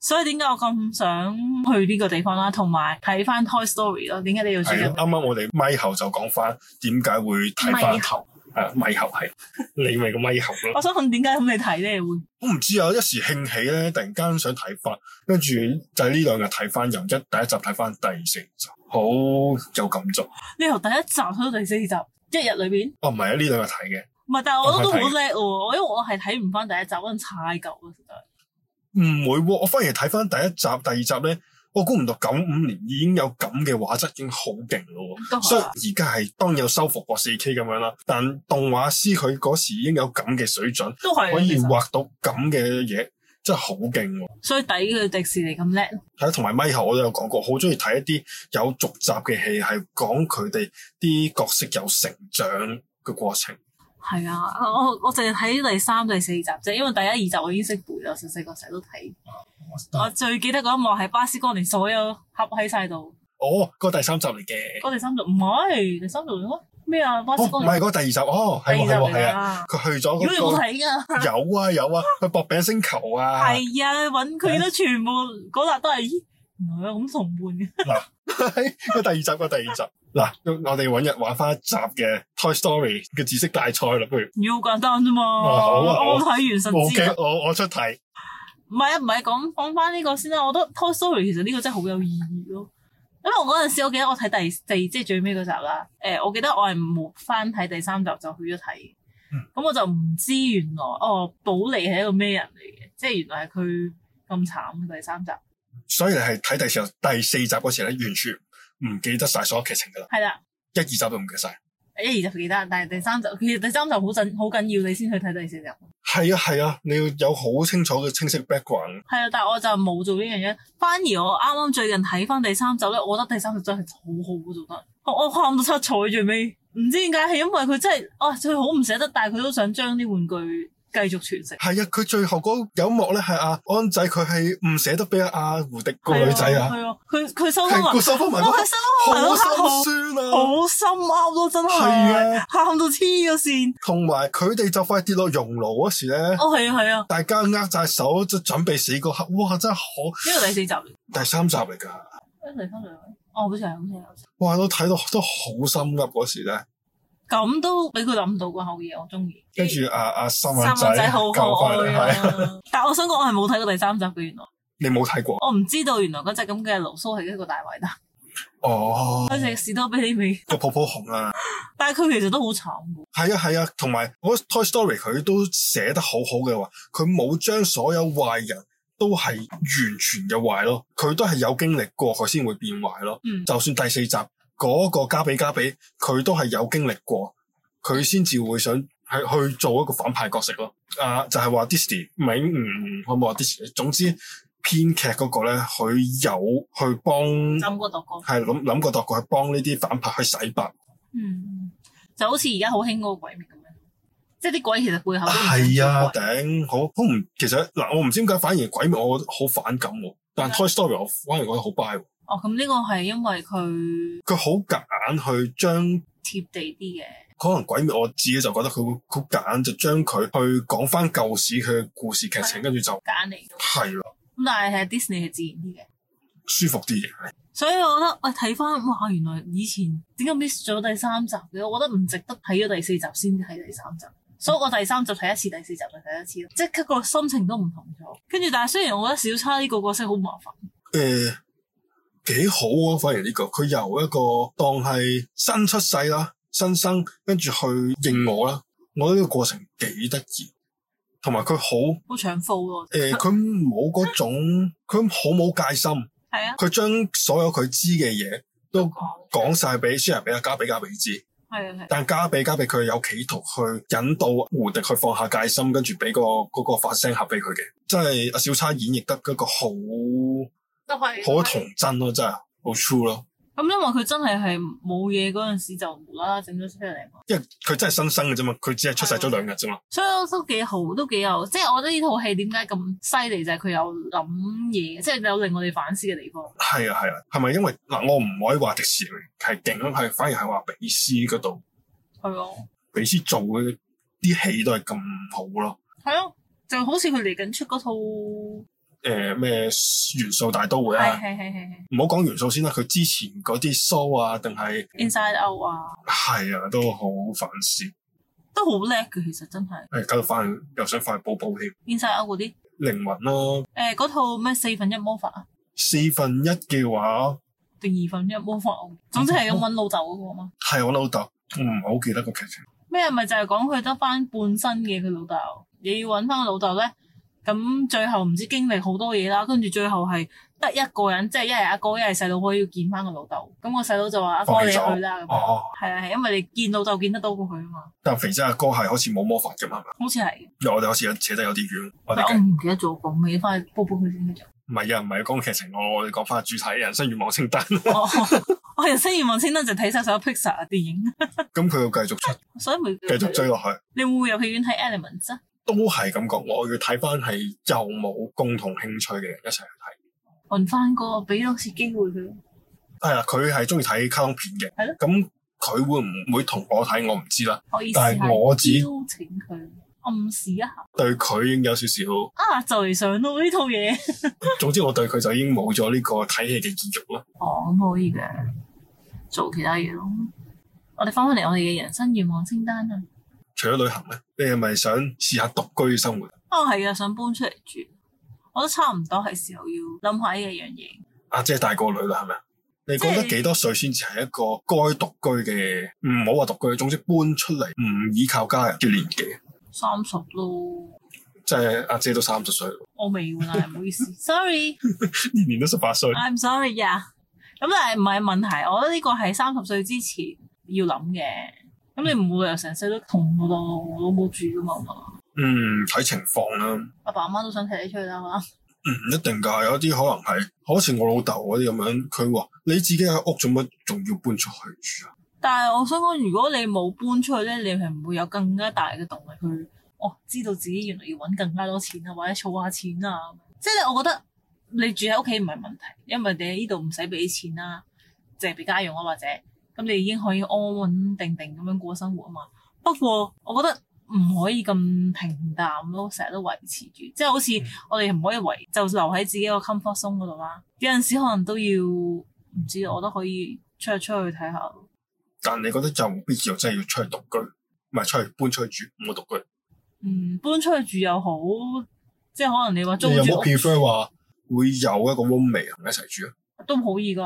Speaker 2: 所以點解我咁想去呢個地方啦，同埋睇翻 Toy Story 咯。點解你要
Speaker 1: 係啊
Speaker 2: 選
Speaker 1: 咯，啱
Speaker 2: 擇？
Speaker 1: 啱我哋咪後就講翻點解會睇翻
Speaker 2: 咪頭，
Speaker 1: 啊咪後係你咪個咪後咯。
Speaker 2: 我想問點解咁你睇咧會？
Speaker 1: 我唔知啊，一時興起咧，突然間想睇翻，跟住就係呢兩日睇翻，由一第一集睇翻第四集，好有感觸。
Speaker 2: 你由第一集去到第四集，一日裏邊。
Speaker 1: 哦，唔係啊，呢兩日睇嘅，
Speaker 2: 唔係，但係我覺得都好
Speaker 1: 我睇
Speaker 2: 叻喎！我因為我係睇唔翻第一集嗰陣太舊啦，實在。
Speaker 1: 唔會喎，我反而睇翻第一集、第二集咧，我估唔到九五年已經有咁嘅畫質，已經好勁咯喎。
Speaker 2: 都
Speaker 1: 所以
Speaker 2: 係
Speaker 1: 而家係當然有修復過四 K 咁樣啦，但動畫師佢嗰時已經有咁嘅水準，
Speaker 2: 都係啊
Speaker 1: 可以
Speaker 2: 其實
Speaker 1: 畫到咁嘅嘢，真係好勁喎。
Speaker 2: 所以抵佢迪士尼咁叻。
Speaker 1: 係啊同埋咪後我都有講過，好中意睇一啲有續集嘅戲，係講佢哋啲角色有成長嘅過程。
Speaker 2: 係啊，我我淨係睇第三、第四集啫，因為第一、二集我已經識背啦，細細個成日都睇。
Speaker 1: 啊
Speaker 2: 我最記得嗰一幕係巴斯光年所有盒喺晒度，
Speaker 1: 哦，嗰個第三集嚟嘅，
Speaker 2: 嗰第三集唔係第三集咩？咩啊？巴
Speaker 1: 哦
Speaker 2: 斯
Speaker 1: 唔
Speaker 2: 光
Speaker 1: 係
Speaker 2: 年
Speaker 1: 嗰個第二集，哦
Speaker 2: 第
Speaker 1: 係
Speaker 2: 二
Speaker 1: 喎
Speaker 2: 集
Speaker 1: 係喎
Speaker 2: 嚟
Speaker 1: 係啊，
Speaker 2: 啊！
Speaker 1: 佢去咗
Speaker 2: 如果你
Speaker 1: 嗰
Speaker 2: 冇
Speaker 1: 個
Speaker 2: 睇 㗎，
Speaker 1: 有啊有啊，去薄餅星球啊，
Speaker 2: 係啊，你揾佢都全部嗰笪都係，咦原來有咁同伴嘅。
Speaker 1: 個第二集個第二集嗱，我哋揾日玩翻一集嘅 Toy Story 嘅知識大賽啦，不如
Speaker 2: 要好簡單啫嘛，
Speaker 1: 好啊好啊
Speaker 2: 我冇睇《原神
Speaker 1: 我
Speaker 2: 之
Speaker 1: 驚我我出題，
Speaker 2: 唔係啊，唔係講講翻呢個先啦。我覺得 Toy Story 其實呢個真係好有意義咯。因為我嗰陣時，我記得我睇第四，即係最尾嗰集啦。誒、我記得我係冇翻睇第三集就去咗睇，
Speaker 1: 嗯
Speaker 2: 咁、我就唔知原來哦，保利係一個咩人嚟嘅，即係原來係佢咁慘第三集。
Speaker 1: 所以你係睇第時候第四集嗰時咧，完全唔記得晒所有劇情噶啦，
Speaker 2: 係啦，
Speaker 1: 一二集都唔記得晒。
Speaker 2: 一二集記得，但係第三集其實第三集好緊好緊要，你先去睇第四集。
Speaker 1: 係啊係啊，你要有好清楚嘅清晰 background。
Speaker 2: 係啊，但係我就冇做呢樣嘢。反而我啱啱最近睇翻第三集咧，我覺得第三集真係好好做得，我我喊到七彩最尾。唔知點解係因為佢真係，啊，佢好唔捨得，但係佢都想將啲玩具繼續傳承。
Speaker 1: 係啊，佢最後嗰有一幕咧係阿安仔，佢係唔捨得俾阿阿胡迪個女仔啊，
Speaker 2: 係啊，佢佢收翻
Speaker 1: 係個
Speaker 2: 埋，哇，
Speaker 1: 收翻埋嗰
Speaker 2: 佢
Speaker 1: 刻
Speaker 2: 收翻埋
Speaker 1: 好
Speaker 2: 嗰刻好
Speaker 1: 心酸啊！
Speaker 2: 好心噏咯，真
Speaker 1: 係
Speaker 2: 係
Speaker 1: 啊
Speaker 2: 喊到黐咗線。
Speaker 1: 同埋佢哋就快跌落熔爐嗰時咧，
Speaker 2: 哦，係啊，係啊，
Speaker 1: 大家握晒手，即係準備死嗰刻，哇！真係好
Speaker 2: 呢個第四集嚟，
Speaker 1: 第三集嚟㗎，
Speaker 2: 呢個第三集嚟，哦，好似係，好似係好似係。
Speaker 1: 哇！都睇到都好心噏嗰時咧，
Speaker 2: 咁都俾佢諗到個好嘢，我中意。
Speaker 1: 跟住阿阿新
Speaker 2: 三
Speaker 1: 蚊
Speaker 2: 蚊仔
Speaker 1: 仔
Speaker 2: 好
Speaker 1: 救
Speaker 2: 可
Speaker 1: 翻
Speaker 2: 愛
Speaker 1: 嚟，係啊
Speaker 2: 啊！但我想講，我係冇睇過第三集嘅，原來
Speaker 1: 你冇睇過
Speaker 2: 我唔知道原來嗰只咁嘅盧蘇係一個大壞蛋，
Speaker 1: 哦？
Speaker 2: 嗰只士多啤梨味，
Speaker 1: 個泡泡熊啊，
Speaker 2: 但係佢其實都好慘嘅。
Speaker 1: 係啊係啊，同埋我覺得 Toy Story 佢都寫得好好嘅話，佢冇將所有壞人都係完全嘅壞咯，佢都係有經歷過佢先會變壞咯。
Speaker 2: 嗯，
Speaker 1: 就算第四集嗰、個加比加比，佢都係有經歷過，佢先至會想係去做一個反派角色咯。啊，就係、話 Disney 唔係唔我冇話 Disney，總之編劇嗰個咧，佢有去幫
Speaker 2: 浸過讀過。
Speaker 1: 係諗諗過度過去幫呢啲反派去洗白。
Speaker 2: 嗯，就好似而家好興嗰個鬼滅咁樣，即係啲鬼其實背後都唔想
Speaker 1: 係啊，
Speaker 2: 做鬼
Speaker 1: 頂好好唔，其實嗱，我唔知點解反而鬼滅我好反感喎，但 Toy Story 我反而覺得好 buy，喎
Speaker 2: 哦，咁呢個係因為佢
Speaker 1: 佢好夾硬去將
Speaker 2: 貼地啲嘅。
Speaker 1: 可能鬼滅我自己就覺得佢會好夾硬就將佢去講翻舊史佢嘅故事劇情，跟住就
Speaker 2: 揀嚟嘅，
Speaker 1: 係啦，
Speaker 2: 咁但係係 Disney 係自然啲嘅，
Speaker 1: 舒服啲嘅。
Speaker 2: 所以我覺得喂睇翻哇，原來以前點解 miss 咗第三集嘅？我覺得唔值得睇咗第四集先睇第三集，所以我第三集睇一次，第四集就睇一次咯，即刻個心情都唔同咗。跟住但係雖然我覺得小差呢個角色好麻煩，
Speaker 1: 誒、幾好啊！反而呢、個佢由一個當係新出世啦、新生，跟住去認我啦，我覺得呢個過程幾得意，同埋佢好
Speaker 2: 好搶貨咯。
Speaker 1: 誒，佢冇嗰種，佢好冇戒心，
Speaker 2: 係啊，
Speaker 1: 佢將所有佢知嘅嘢都
Speaker 2: 講
Speaker 1: 講晒俾 share 俾阿加比加比知，
Speaker 2: 啊係啊係啊，
Speaker 1: 但加比加比佢有企圖去引導胡迪去放下戒心，跟住俾個嗰、個發聲盒俾佢嘅，真係阿小叉演繹得一個好
Speaker 2: 都係
Speaker 1: 好童真咯，真係好 true 咯，
Speaker 2: 咁，因為佢真係係冇嘢嗰陣時就無啦啦整咗出嚟嘛，
Speaker 1: 因為佢真係新生嘅啫嘛，佢只係出世咗兩日啫嘛，
Speaker 2: 所以都幾好，都幾有，即係我覺得呢套戲點解咁犀利就係佢有諗嘢，即係有令我哋反思嘅地方。
Speaker 1: 係啊係啊，係咪因為嗱我唔可以話迪士尼係勁咯，係反而係話比斯嗰度，
Speaker 2: 係啊，
Speaker 1: 比斯做嘅啲戲都係咁好咯。
Speaker 2: 係啊，就好似佢嚟緊出嗰套，係
Speaker 1: 誒咩元素大都會啊，
Speaker 2: 係係係係
Speaker 1: 唔好講元素先啦，佢之前嗰啲 show 啊，定係
Speaker 2: Inside Out 啊，
Speaker 1: 係啊，都好反思，
Speaker 2: 都好叻嘅，其實真係
Speaker 1: 誒搞到翻去又想快去補補添，
Speaker 2: Inside Out 嗰啲，
Speaker 1: 靈魂咯，
Speaker 2: 誒嗰套咩四分一魔法啊，
Speaker 1: 四分一嘅話
Speaker 2: 定二分一魔法啊，總之係咁揾老豆嗰 個嘛。
Speaker 1: 係我老豆，我唔係好記得個劇情，
Speaker 2: 咩咪就係講佢得翻半身嘅佢老豆，你要揾翻個老豆咧，咁最後唔知經歷好多嘢啦，跟住最後係得一個人，即係一係阿哥，一係細佬哥要見翻個老豆。咁個細佬就話：阿哥
Speaker 1: 放
Speaker 2: 你
Speaker 1: 棄
Speaker 2: 去
Speaker 1: 咗
Speaker 2: 啦。咁樣
Speaker 1: 哦，
Speaker 2: 係啊，係因為你見老豆見得多過佢啊嘛，
Speaker 1: 但肥仔阿哥係好似冇魔法噶嘛，
Speaker 2: 好似係。
Speaker 1: 因為我哋好似有扯得有啲遠。我哋
Speaker 2: 但我
Speaker 1: 繼
Speaker 2: 唔記得咗講咩，翻去煲煲 佢先繼續。
Speaker 1: 唔係啊，唔係講劇情，我我哋講翻主題人生願望清單。咁
Speaker 2: 我我哦人生願望清單就睇晒所有 Pixar 嘅電影，
Speaker 1: 佢要繼續出，
Speaker 2: 所以咪
Speaker 1: 繼續追落去。
Speaker 2: 你會唔會入戲院睇 Elements 啊？
Speaker 1: 都係咁講，我要睇翻係有冇共同興趣嘅人一齊去睇。
Speaker 2: 揾翻個俾多次機會佢。
Speaker 1: 係啊，佢係中意睇卡通片嘅
Speaker 2: 係，
Speaker 1: 咁佢會唔會同我睇，我唔知啦。
Speaker 2: 可以
Speaker 1: 但係
Speaker 2: 試下
Speaker 1: 我只
Speaker 2: 邀請佢，暗示一下
Speaker 1: 對佢已經有少少，
Speaker 2: 啊，就嚟上咯呢套 嘢。
Speaker 1: 總之我對佢就已經冇咗呢個睇戲嘅意欲啦。
Speaker 2: 哦，咁可以嘅，做其他嘢咯。我哋翻返嚟我哋嘅人生願望清單啊。
Speaker 1: 除咗旅行咧，你係咪想試下獨居生活？
Speaker 2: 哦，係啊，想搬出嚟住，我都差唔多係時候要諗下呢一樣嘢。
Speaker 1: 阿姐大個女啦，係咪啊？你覺
Speaker 2: 即
Speaker 1: 得
Speaker 2: 係
Speaker 1: 幾多歲先至係一個該獨居嘅？嗯唔好話獨居，總之搬出嚟唔依靠家人嘅年紀，
Speaker 2: 三十咯，
Speaker 1: 即係阿姐都三十歲，嗯
Speaker 2: 我未換啊，唔好意思，sorry。
Speaker 1: 年年都十八歲。
Speaker 2: I'm sorry 啊，咁但係唔係問題，我覺得呢個係三十歲之前要諗嘅。咁你唔會由成世都同我老母住噶嘛係嘛？
Speaker 1: 嗯，睇情況啦。
Speaker 2: 阿爸阿媽都想踢你出去啦，係嘛？
Speaker 1: 嗯，一定㗎，有啲可能係好似我老豆嗰啲咁樣，佢話你自己喺屋做乜，仲要搬出去住啊？
Speaker 2: 但係我想講，如果你冇搬出去咧，你係唔會有更加大嘅動力去，哦，知道自己原來要揾更加多錢啊，或者儲下錢啊。即係我覺得你住喺屋企唔係問題，因為你喺呢度唔使俾錢啦，淨係俾家用啊，或者咁你已經可以安穩定定咁樣過生活啊嘛。不過我覺得唔可以咁平淡咯，成日都維持住，即係好似我哋唔可以維就留喺自己個 comfort zone 嗰度啦。有陣時可能都要唔知，我都可以出去出去睇下。
Speaker 1: 但你覺得有冇必要真係要出去獨居，唔係出去搬出去住，唔好獨居？
Speaker 2: 嗯，搬出去住又好，即係可能你話租
Speaker 1: 你有
Speaker 2: 住
Speaker 1: 冇
Speaker 2: 屋
Speaker 1: prefer 話會有一個 roommate 同你一齊住啊？
Speaker 2: 都可以噶。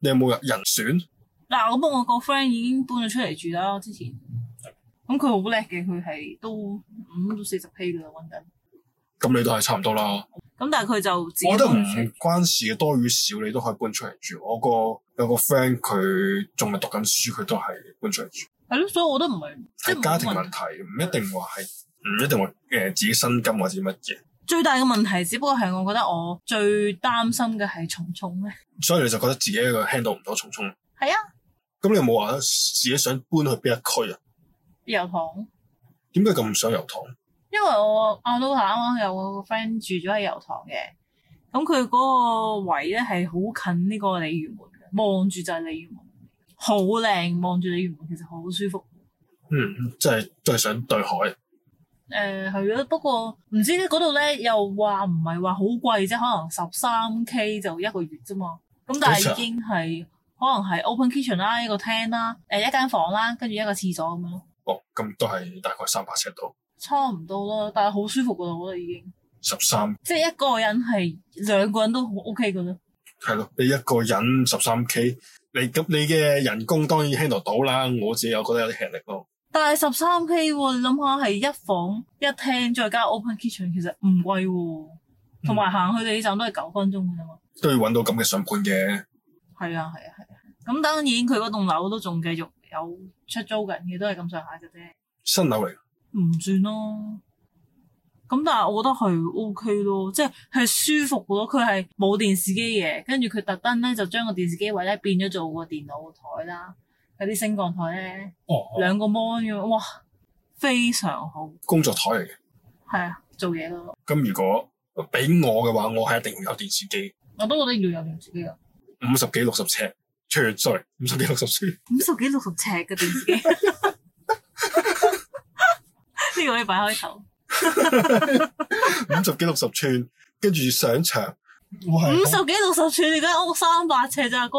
Speaker 1: 你有冇人選？
Speaker 2: 嗱，咁我個 friend 已經搬咗出嚟住啦，之前。咁佢好叻嘅，佢係都五到四十 K 噶啦，揾緊。
Speaker 1: 咁你都係差唔多啦。
Speaker 2: 咁但係佢就自己
Speaker 1: 我覺得唔
Speaker 2: 搬出嚟
Speaker 1: 關事嘅，多與少你都可以搬出嚟住。我個有個 friend 佢仲係讀緊書，佢都係搬出嚟住。
Speaker 2: 係咯，所以我都唔係即係
Speaker 1: 係家庭
Speaker 2: 冇
Speaker 1: 問
Speaker 2: 問題。
Speaker 1: 題，唔一定話係唔一定話誒、呃自己薪金或者乜嘢，
Speaker 2: 最大嘅問題，只不過係我覺得我最擔心嘅係蟲蟲咧。
Speaker 1: 所以你就覺得自己一個 handle 唔到重重。
Speaker 2: 係啊，
Speaker 1: 咁你有冇話自己想搬去邊一區啊？
Speaker 2: 油塘，
Speaker 1: 點解咁想油塘？
Speaker 2: 因為我阿 Lola 啱啱有個 friend 住咗喺油塘嘅，咁佢嗰個位咧係好近呢個鯉魚門嘅，望住就係鯉魚門，好靚，望住鯉魚門其實好舒服。
Speaker 1: 嗯，即係都係想對海。
Speaker 2: 誒係咯，不過唔知咧嗰度咧又話唔係話好貴啫，可能十三 K 就一個月啫嘛。咁但係已經係可能係 open kitchen 啦，一個廳啦，誒、一間房啦，跟住一個廁所咁樣咯，
Speaker 1: 哦，咁都係大概三百尺度，
Speaker 2: 差唔多咯。但係好舒服噶啦，我覺得已經，
Speaker 1: 十三
Speaker 2: 即係一個人係兩個人都好 OK 噶啦。
Speaker 1: 係咯。你一個人十三 K，你咁你嘅人工當然 handle 到啦。我自己又覺得有啲吃力咯。
Speaker 2: 但係十三 K 喎，你諗下係一房一廳再加 open kitchen，其實唔貴喎，同埋行去地鐵站都係九分鐘嘅啫嘛。
Speaker 1: 都要揾到咁嘅上盤嘅。
Speaker 2: 係啊，係啊，係啊。咁當然佢嗰棟樓都仲繼續有出租緊嘅，都係咁上下嘅啫，
Speaker 1: 新樓嚟，
Speaker 2: 唔算咯。咁但係我覺得係 O K 咯，即係係舒服咯。佢係冇電視機嘅，跟住佢特登咧就將個電視機位咧變咗做個電腦台啦，有啲升降台咧，
Speaker 1: 哦，
Speaker 2: 兩個 mon 咁樣，哇，非常好，
Speaker 1: 工作台嚟嘅。
Speaker 2: 係啊，做嘢咯。
Speaker 1: 咁如果俾我嘅話，我係一定要有電視機，
Speaker 2: 我都覺得要有電視機啊，
Speaker 1: 五十幾六十尺，全 sorry，五十幾六十尺。
Speaker 2: 五十幾六十尺嘅電視機， 呢個可以擺開頭。
Speaker 1: 五十幾六十寸，跟住上場，我係
Speaker 2: 五十幾六十寸，你間屋三百尺咋哥，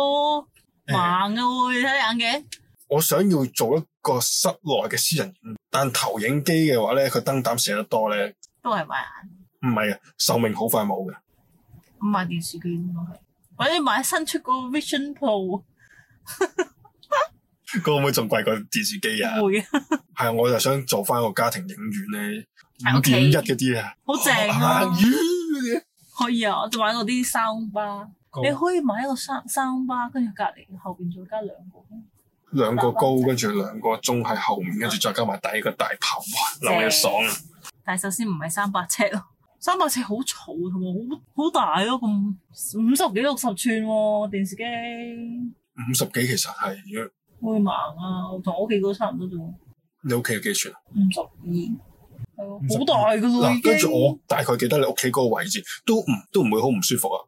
Speaker 2: 盲嘅喎，你睇你眼鏡。
Speaker 1: 我想要做一個室內嘅私人影，但投影機嘅話咧，佢燈膽射得多咧，
Speaker 2: 都係買眼，
Speaker 1: 唔係啊，壽命好快冇嘅。
Speaker 2: 咁買電視機應該係，或者買新出個 Vision Pro
Speaker 1: 嗰個會唔會仲貴過電視機啊？
Speaker 2: 會啊，
Speaker 1: 係啊，我就想做翻個家庭影院咧，
Speaker 2: 喺
Speaker 1: 五
Speaker 2: 屋企
Speaker 1: 點一嗰啲啊，
Speaker 2: 好正
Speaker 1: 啊！
Speaker 2: 啊！
Speaker 1: 咦嗰啲
Speaker 2: 可以啊，我就玩嗰啲 sound bar，你
Speaker 1: 高
Speaker 2: 可以買一個 sound sound bar，跟住隔離後邊再加兩個。
Speaker 1: 兩個高，跟住兩個鐘喺後面，跟住再加埋第一個大炮，哇！流嘢爽啊！
Speaker 2: 但係首先唔係三百尺咯， 三百尺好嘈同埋好好大咯，咁五十幾六十寸喎、電視機
Speaker 1: 五十幾其實係，如果
Speaker 2: 會盲啊，我同我屋企嗰個差唔多啫喎，
Speaker 1: 你屋企有幾寸啊？
Speaker 2: 五十二，係咯，
Speaker 1: 52
Speaker 2: 好大噶咯已
Speaker 1: 嗱，
Speaker 2: 經。嗯
Speaker 1: 跟住我大概記得你屋企嗰個位置，都唔都唔會好唔舒服啊！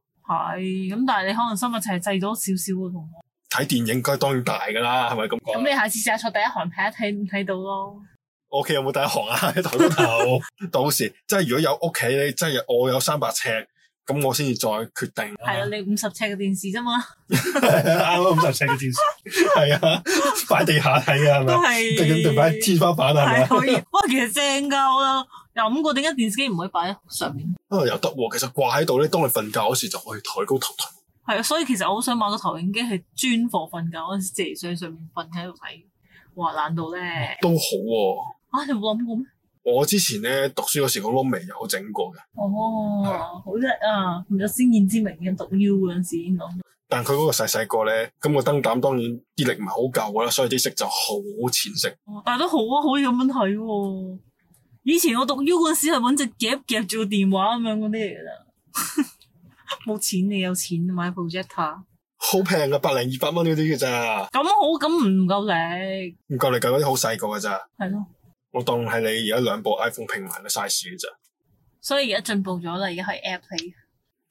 Speaker 2: 係咁，但係你可能三百尺細咗少少啊，同我。
Speaker 1: 睇電影梗係當然大㗎啦，係咪咁
Speaker 2: 咁
Speaker 1: 講？
Speaker 2: 你下次試下坐第一行睇一睇，睇到咯。
Speaker 1: 我屋企有冇第一 行啊？喺台嗰頭，到時即係如果有屋企咧，即係我有三百尺，咁我先至再決定。
Speaker 2: 係啊，你五十尺嘅電視啫 嘛，
Speaker 1: 啱啱五十尺嘅電視，係啊，擺地下睇啊，係
Speaker 2: 啊都
Speaker 1: 咪？
Speaker 2: 係
Speaker 1: 定定擺天花板啊，係咪
Speaker 2: 係？可以。哇，其實正㗎，我有諗過點解電視機唔可以擺喺上面。
Speaker 1: 啊，又得喎！其實掛喺度咧，當你瞓覺嗰時就可以抬高頭抬。
Speaker 2: 係啊，所以其實我好想買個投影機係專貨瞓覺嗰陣時，自己上上面瞓喺度睇。哇，懶到咧！
Speaker 1: 都好喎、
Speaker 2: 啊，你冇諗過咩？我
Speaker 1: 我之前咧讀書嗰時，我都未有整過嘅，
Speaker 2: 哦，好叻啊！有先見之明嘅讀 U 嗰陣時已經諗。
Speaker 1: 但佢嗰個細細個咧，咁、個燈膽當然啲力唔係好夠㗎啦，所以啲色就好淺色。
Speaker 2: 哦但係都好啊，可以咁樣睇喎。以前我讀 U 嗰陣時係揾隻夾夾住個電話咁樣嗰啲嚟㗎 啦。冇錢你有錢買 projector，
Speaker 1: 好平嘅，百零二百蚊嗰啲嘅咋，
Speaker 2: 咁好咁唔夠力，
Speaker 1: 唔夠你計嗰啲好細個嘅咋。
Speaker 2: 係咯。
Speaker 1: 我當係你而家兩部 iPhone 拼埋嘅 size 嘅咋。
Speaker 2: 所以而家進步咗啦，而家係 app 嚟。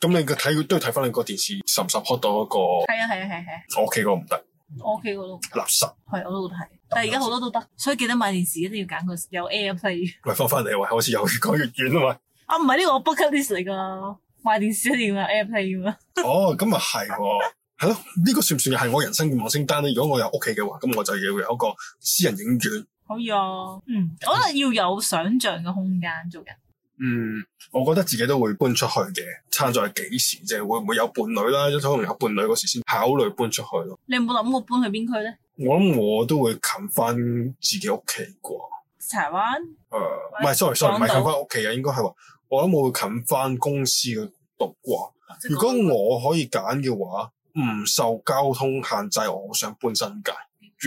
Speaker 1: 咁你個睇都要睇翻你個電視 support 唔 support 到嗰個，
Speaker 2: 係啊係啊係啊係啊，
Speaker 1: 我屋企嗰個唔得，
Speaker 2: 我屋企嗰度。
Speaker 1: 垃圾。
Speaker 2: 係，我都睇，但係而家好多都得，所以記得買電視一定要揀佢有 AirPlay。
Speaker 1: 咪翻翻嚟話，好似又越講越遠啊嘛。
Speaker 2: 啊，唔係呢個我 bucket list 嚟㗎，買電視一定要有 AirPlay 㗎嘛。
Speaker 1: 哦，咁啊係喎，係咯，呢、個算唔算係我人生願望清單咧？如果我有屋企嘅話，咁我就要有一個私人影院。
Speaker 2: 可以啊，嗯，我覺得要有想像嘅空間做人。
Speaker 1: 嗯，我覺得自己都會搬出去嘅，差在幾時啫？會唔會有伴侶啦？可能有伴侶嗰時先考慮搬出去咯。
Speaker 2: 你有冇諗過搬去邊區咧？
Speaker 1: 我諗我都會近翻自己屋企啩。
Speaker 2: 柴灣？
Speaker 1: 誒、唔係，sorry sorry，唔係
Speaker 2: 港
Speaker 1: 近
Speaker 2: 島
Speaker 1: 翻屋企啊，應該係話，我諗我會近翻公司嗰度啩。如果我可以揀嘅話，唔受交通限制，我好想搬新界、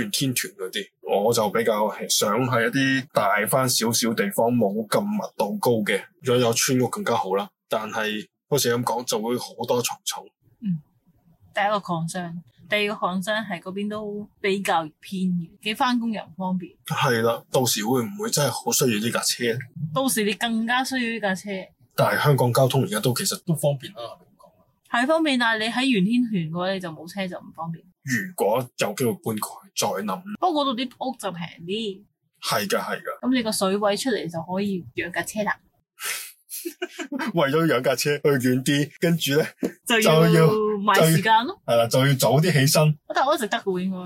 Speaker 1: 元天團嗰啲，我就比較係想係一啲大翻少少地方，冇咁密度高嘅。如果有村屋更加好啦，但係好似咁講就會好多蟲蟲。
Speaker 2: 第一個 concern，第二個 concern 係嗰邊都比較偏遠，你翻工又唔方便。
Speaker 1: 係啦，到時會唔會真係好需要呢架車？
Speaker 2: 到時你更加需要呢架車，
Speaker 1: 但係香港交通而家都其實都方便啦。咁講
Speaker 2: 係方便，但係你喺元天團嘅話，你就冇車就唔方便。
Speaker 1: 如果有機會搬過去，再諗。
Speaker 2: 不過嗰度啲屋就平啲。
Speaker 1: 係㗎，係㗎。
Speaker 2: 咁你個水位出嚟就可以養架車啦，
Speaker 1: 為咗養架車去遠啲，跟住咧
Speaker 2: 就
Speaker 1: 要就要
Speaker 2: 買時間咯。
Speaker 1: 係啦，就要早啲起身。
Speaker 2: 但係我一直得嘅喎，應該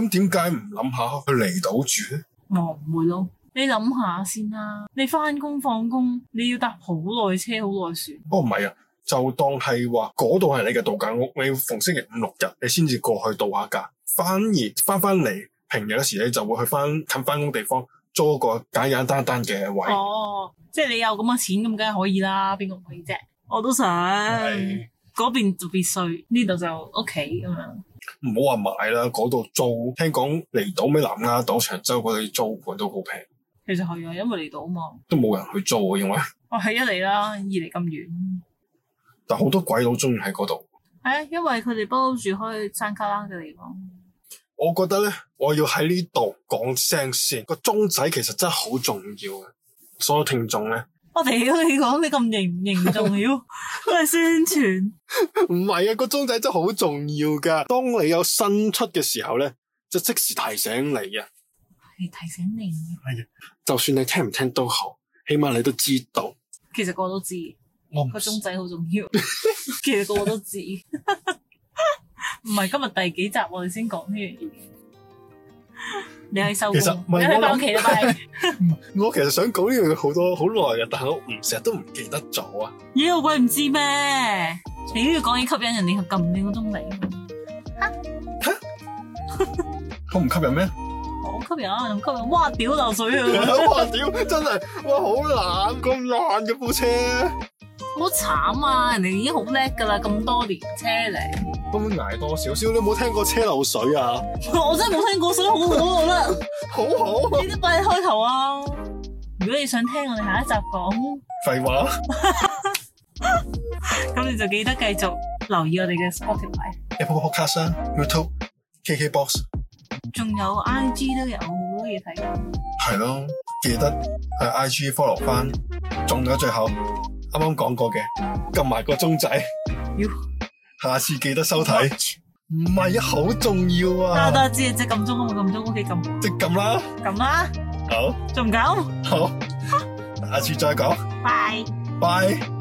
Speaker 1: 咁點解唔諗下去離島住咧？
Speaker 2: 我唔會咯。你諗下先啦，你翻工放工，你要搭好耐車，好耐船。
Speaker 1: 哦，唔係啊，就當係話嗰度係你嘅度假屋，你要逢星期五六日你先至過去度下假，反而翻翻嚟平日嗰時你就會去翻近翻工地方租一個簡簡單單嘅位。
Speaker 2: 哦，即係你有咁嘅錢，咁梗係可以啦，邊個唔可以啫？我都想
Speaker 1: 係
Speaker 2: 嗰邊就別墅，呢度就屋企咁樣。
Speaker 1: 唔好話買啦，嗰度租，聽講離島咩南丫島、長洲嗰啲租盤都好平，
Speaker 2: 其實係啊，因為嚟到啊嘛。
Speaker 1: 都冇人去租啊，因為
Speaker 2: 我係一嚟啦，二嚟咁遠。
Speaker 1: 但好多鬼佬中意喺嗰度。
Speaker 2: 係啊，因為佢哋不嬲住開山卡拉嘅地方。
Speaker 1: 我覺得咧，我要喺呢度講聲先，個鐘仔其實真係好重要嘅。所有聽眾咧，
Speaker 2: 我哋你講你咁凝唔凝重 要，都係宣傳。
Speaker 1: 唔係啊，個鐘仔真係好重要噶。當你有新出嘅時候咧，就即時提醒你啊。
Speaker 2: 係提醒你，
Speaker 1: 就算你聽唔聽都好，起碼你都知道。
Speaker 2: 其實個個都知
Speaker 1: 我唔
Speaker 2: 個鐘仔好重要，其實個個都知。唔係今日第幾集我哋先講呢樣嘢。你可以收工，
Speaker 1: 其實唔係
Speaker 2: 你可以
Speaker 1: 我諗
Speaker 2: 翻屋企啦，拜。
Speaker 1: 我其實想講呢樣嘢好多好耐嘅，但係我唔成日都唔記得咗啊。
Speaker 2: 咦，我鬼唔知咩？你都要講嘢吸引人哋撳你個鐘仔，
Speaker 1: 好唔吸引咩？
Speaker 2: 好吸引，好吸引，哇！屌流水啊！
Speaker 1: 哇屌，真係哇好難咁爛嘅部車。
Speaker 2: 好好慘啊！人哋已經好叻噶啦，咁多年車嚟，
Speaker 1: 根本捱多少少，你有冇聽過車漏水啊？
Speaker 2: 我真係冇聽過，所以好好我覺得。
Speaker 1: 好好啊，
Speaker 2: 你都快啲開頭啊！如果你想聽我哋下一集講，
Speaker 1: 廢話。
Speaker 2: 咁你就記得繼續留意我哋嘅 Spotify，
Speaker 1: Apple Podcast 啊，YouTube、KKBox
Speaker 2: 仲有 IG 都有好多嘢睇㗎。
Speaker 1: 係咯，記得去 IG follow 翻。仲有最後啱啱講過嘅，撳埋個鐘仔，
Speaker 2: 要
Speaker 1: 下次記得收睇。唔係啊，好重要
Speaker 2: 得
Speaker 1: 啊，
Speaker 2: 得知即係撳鐘啊嘛，撳鐘 OK 撳
Speaker 1: 即係撳啦。
Speaker 2: 撳啦，
Speaker 1: 好，
Speaker 2: 仲唔夠？
Speaker 1: 好，下次再講，
Speaker 2: 拜。
Speaker 1: 拜。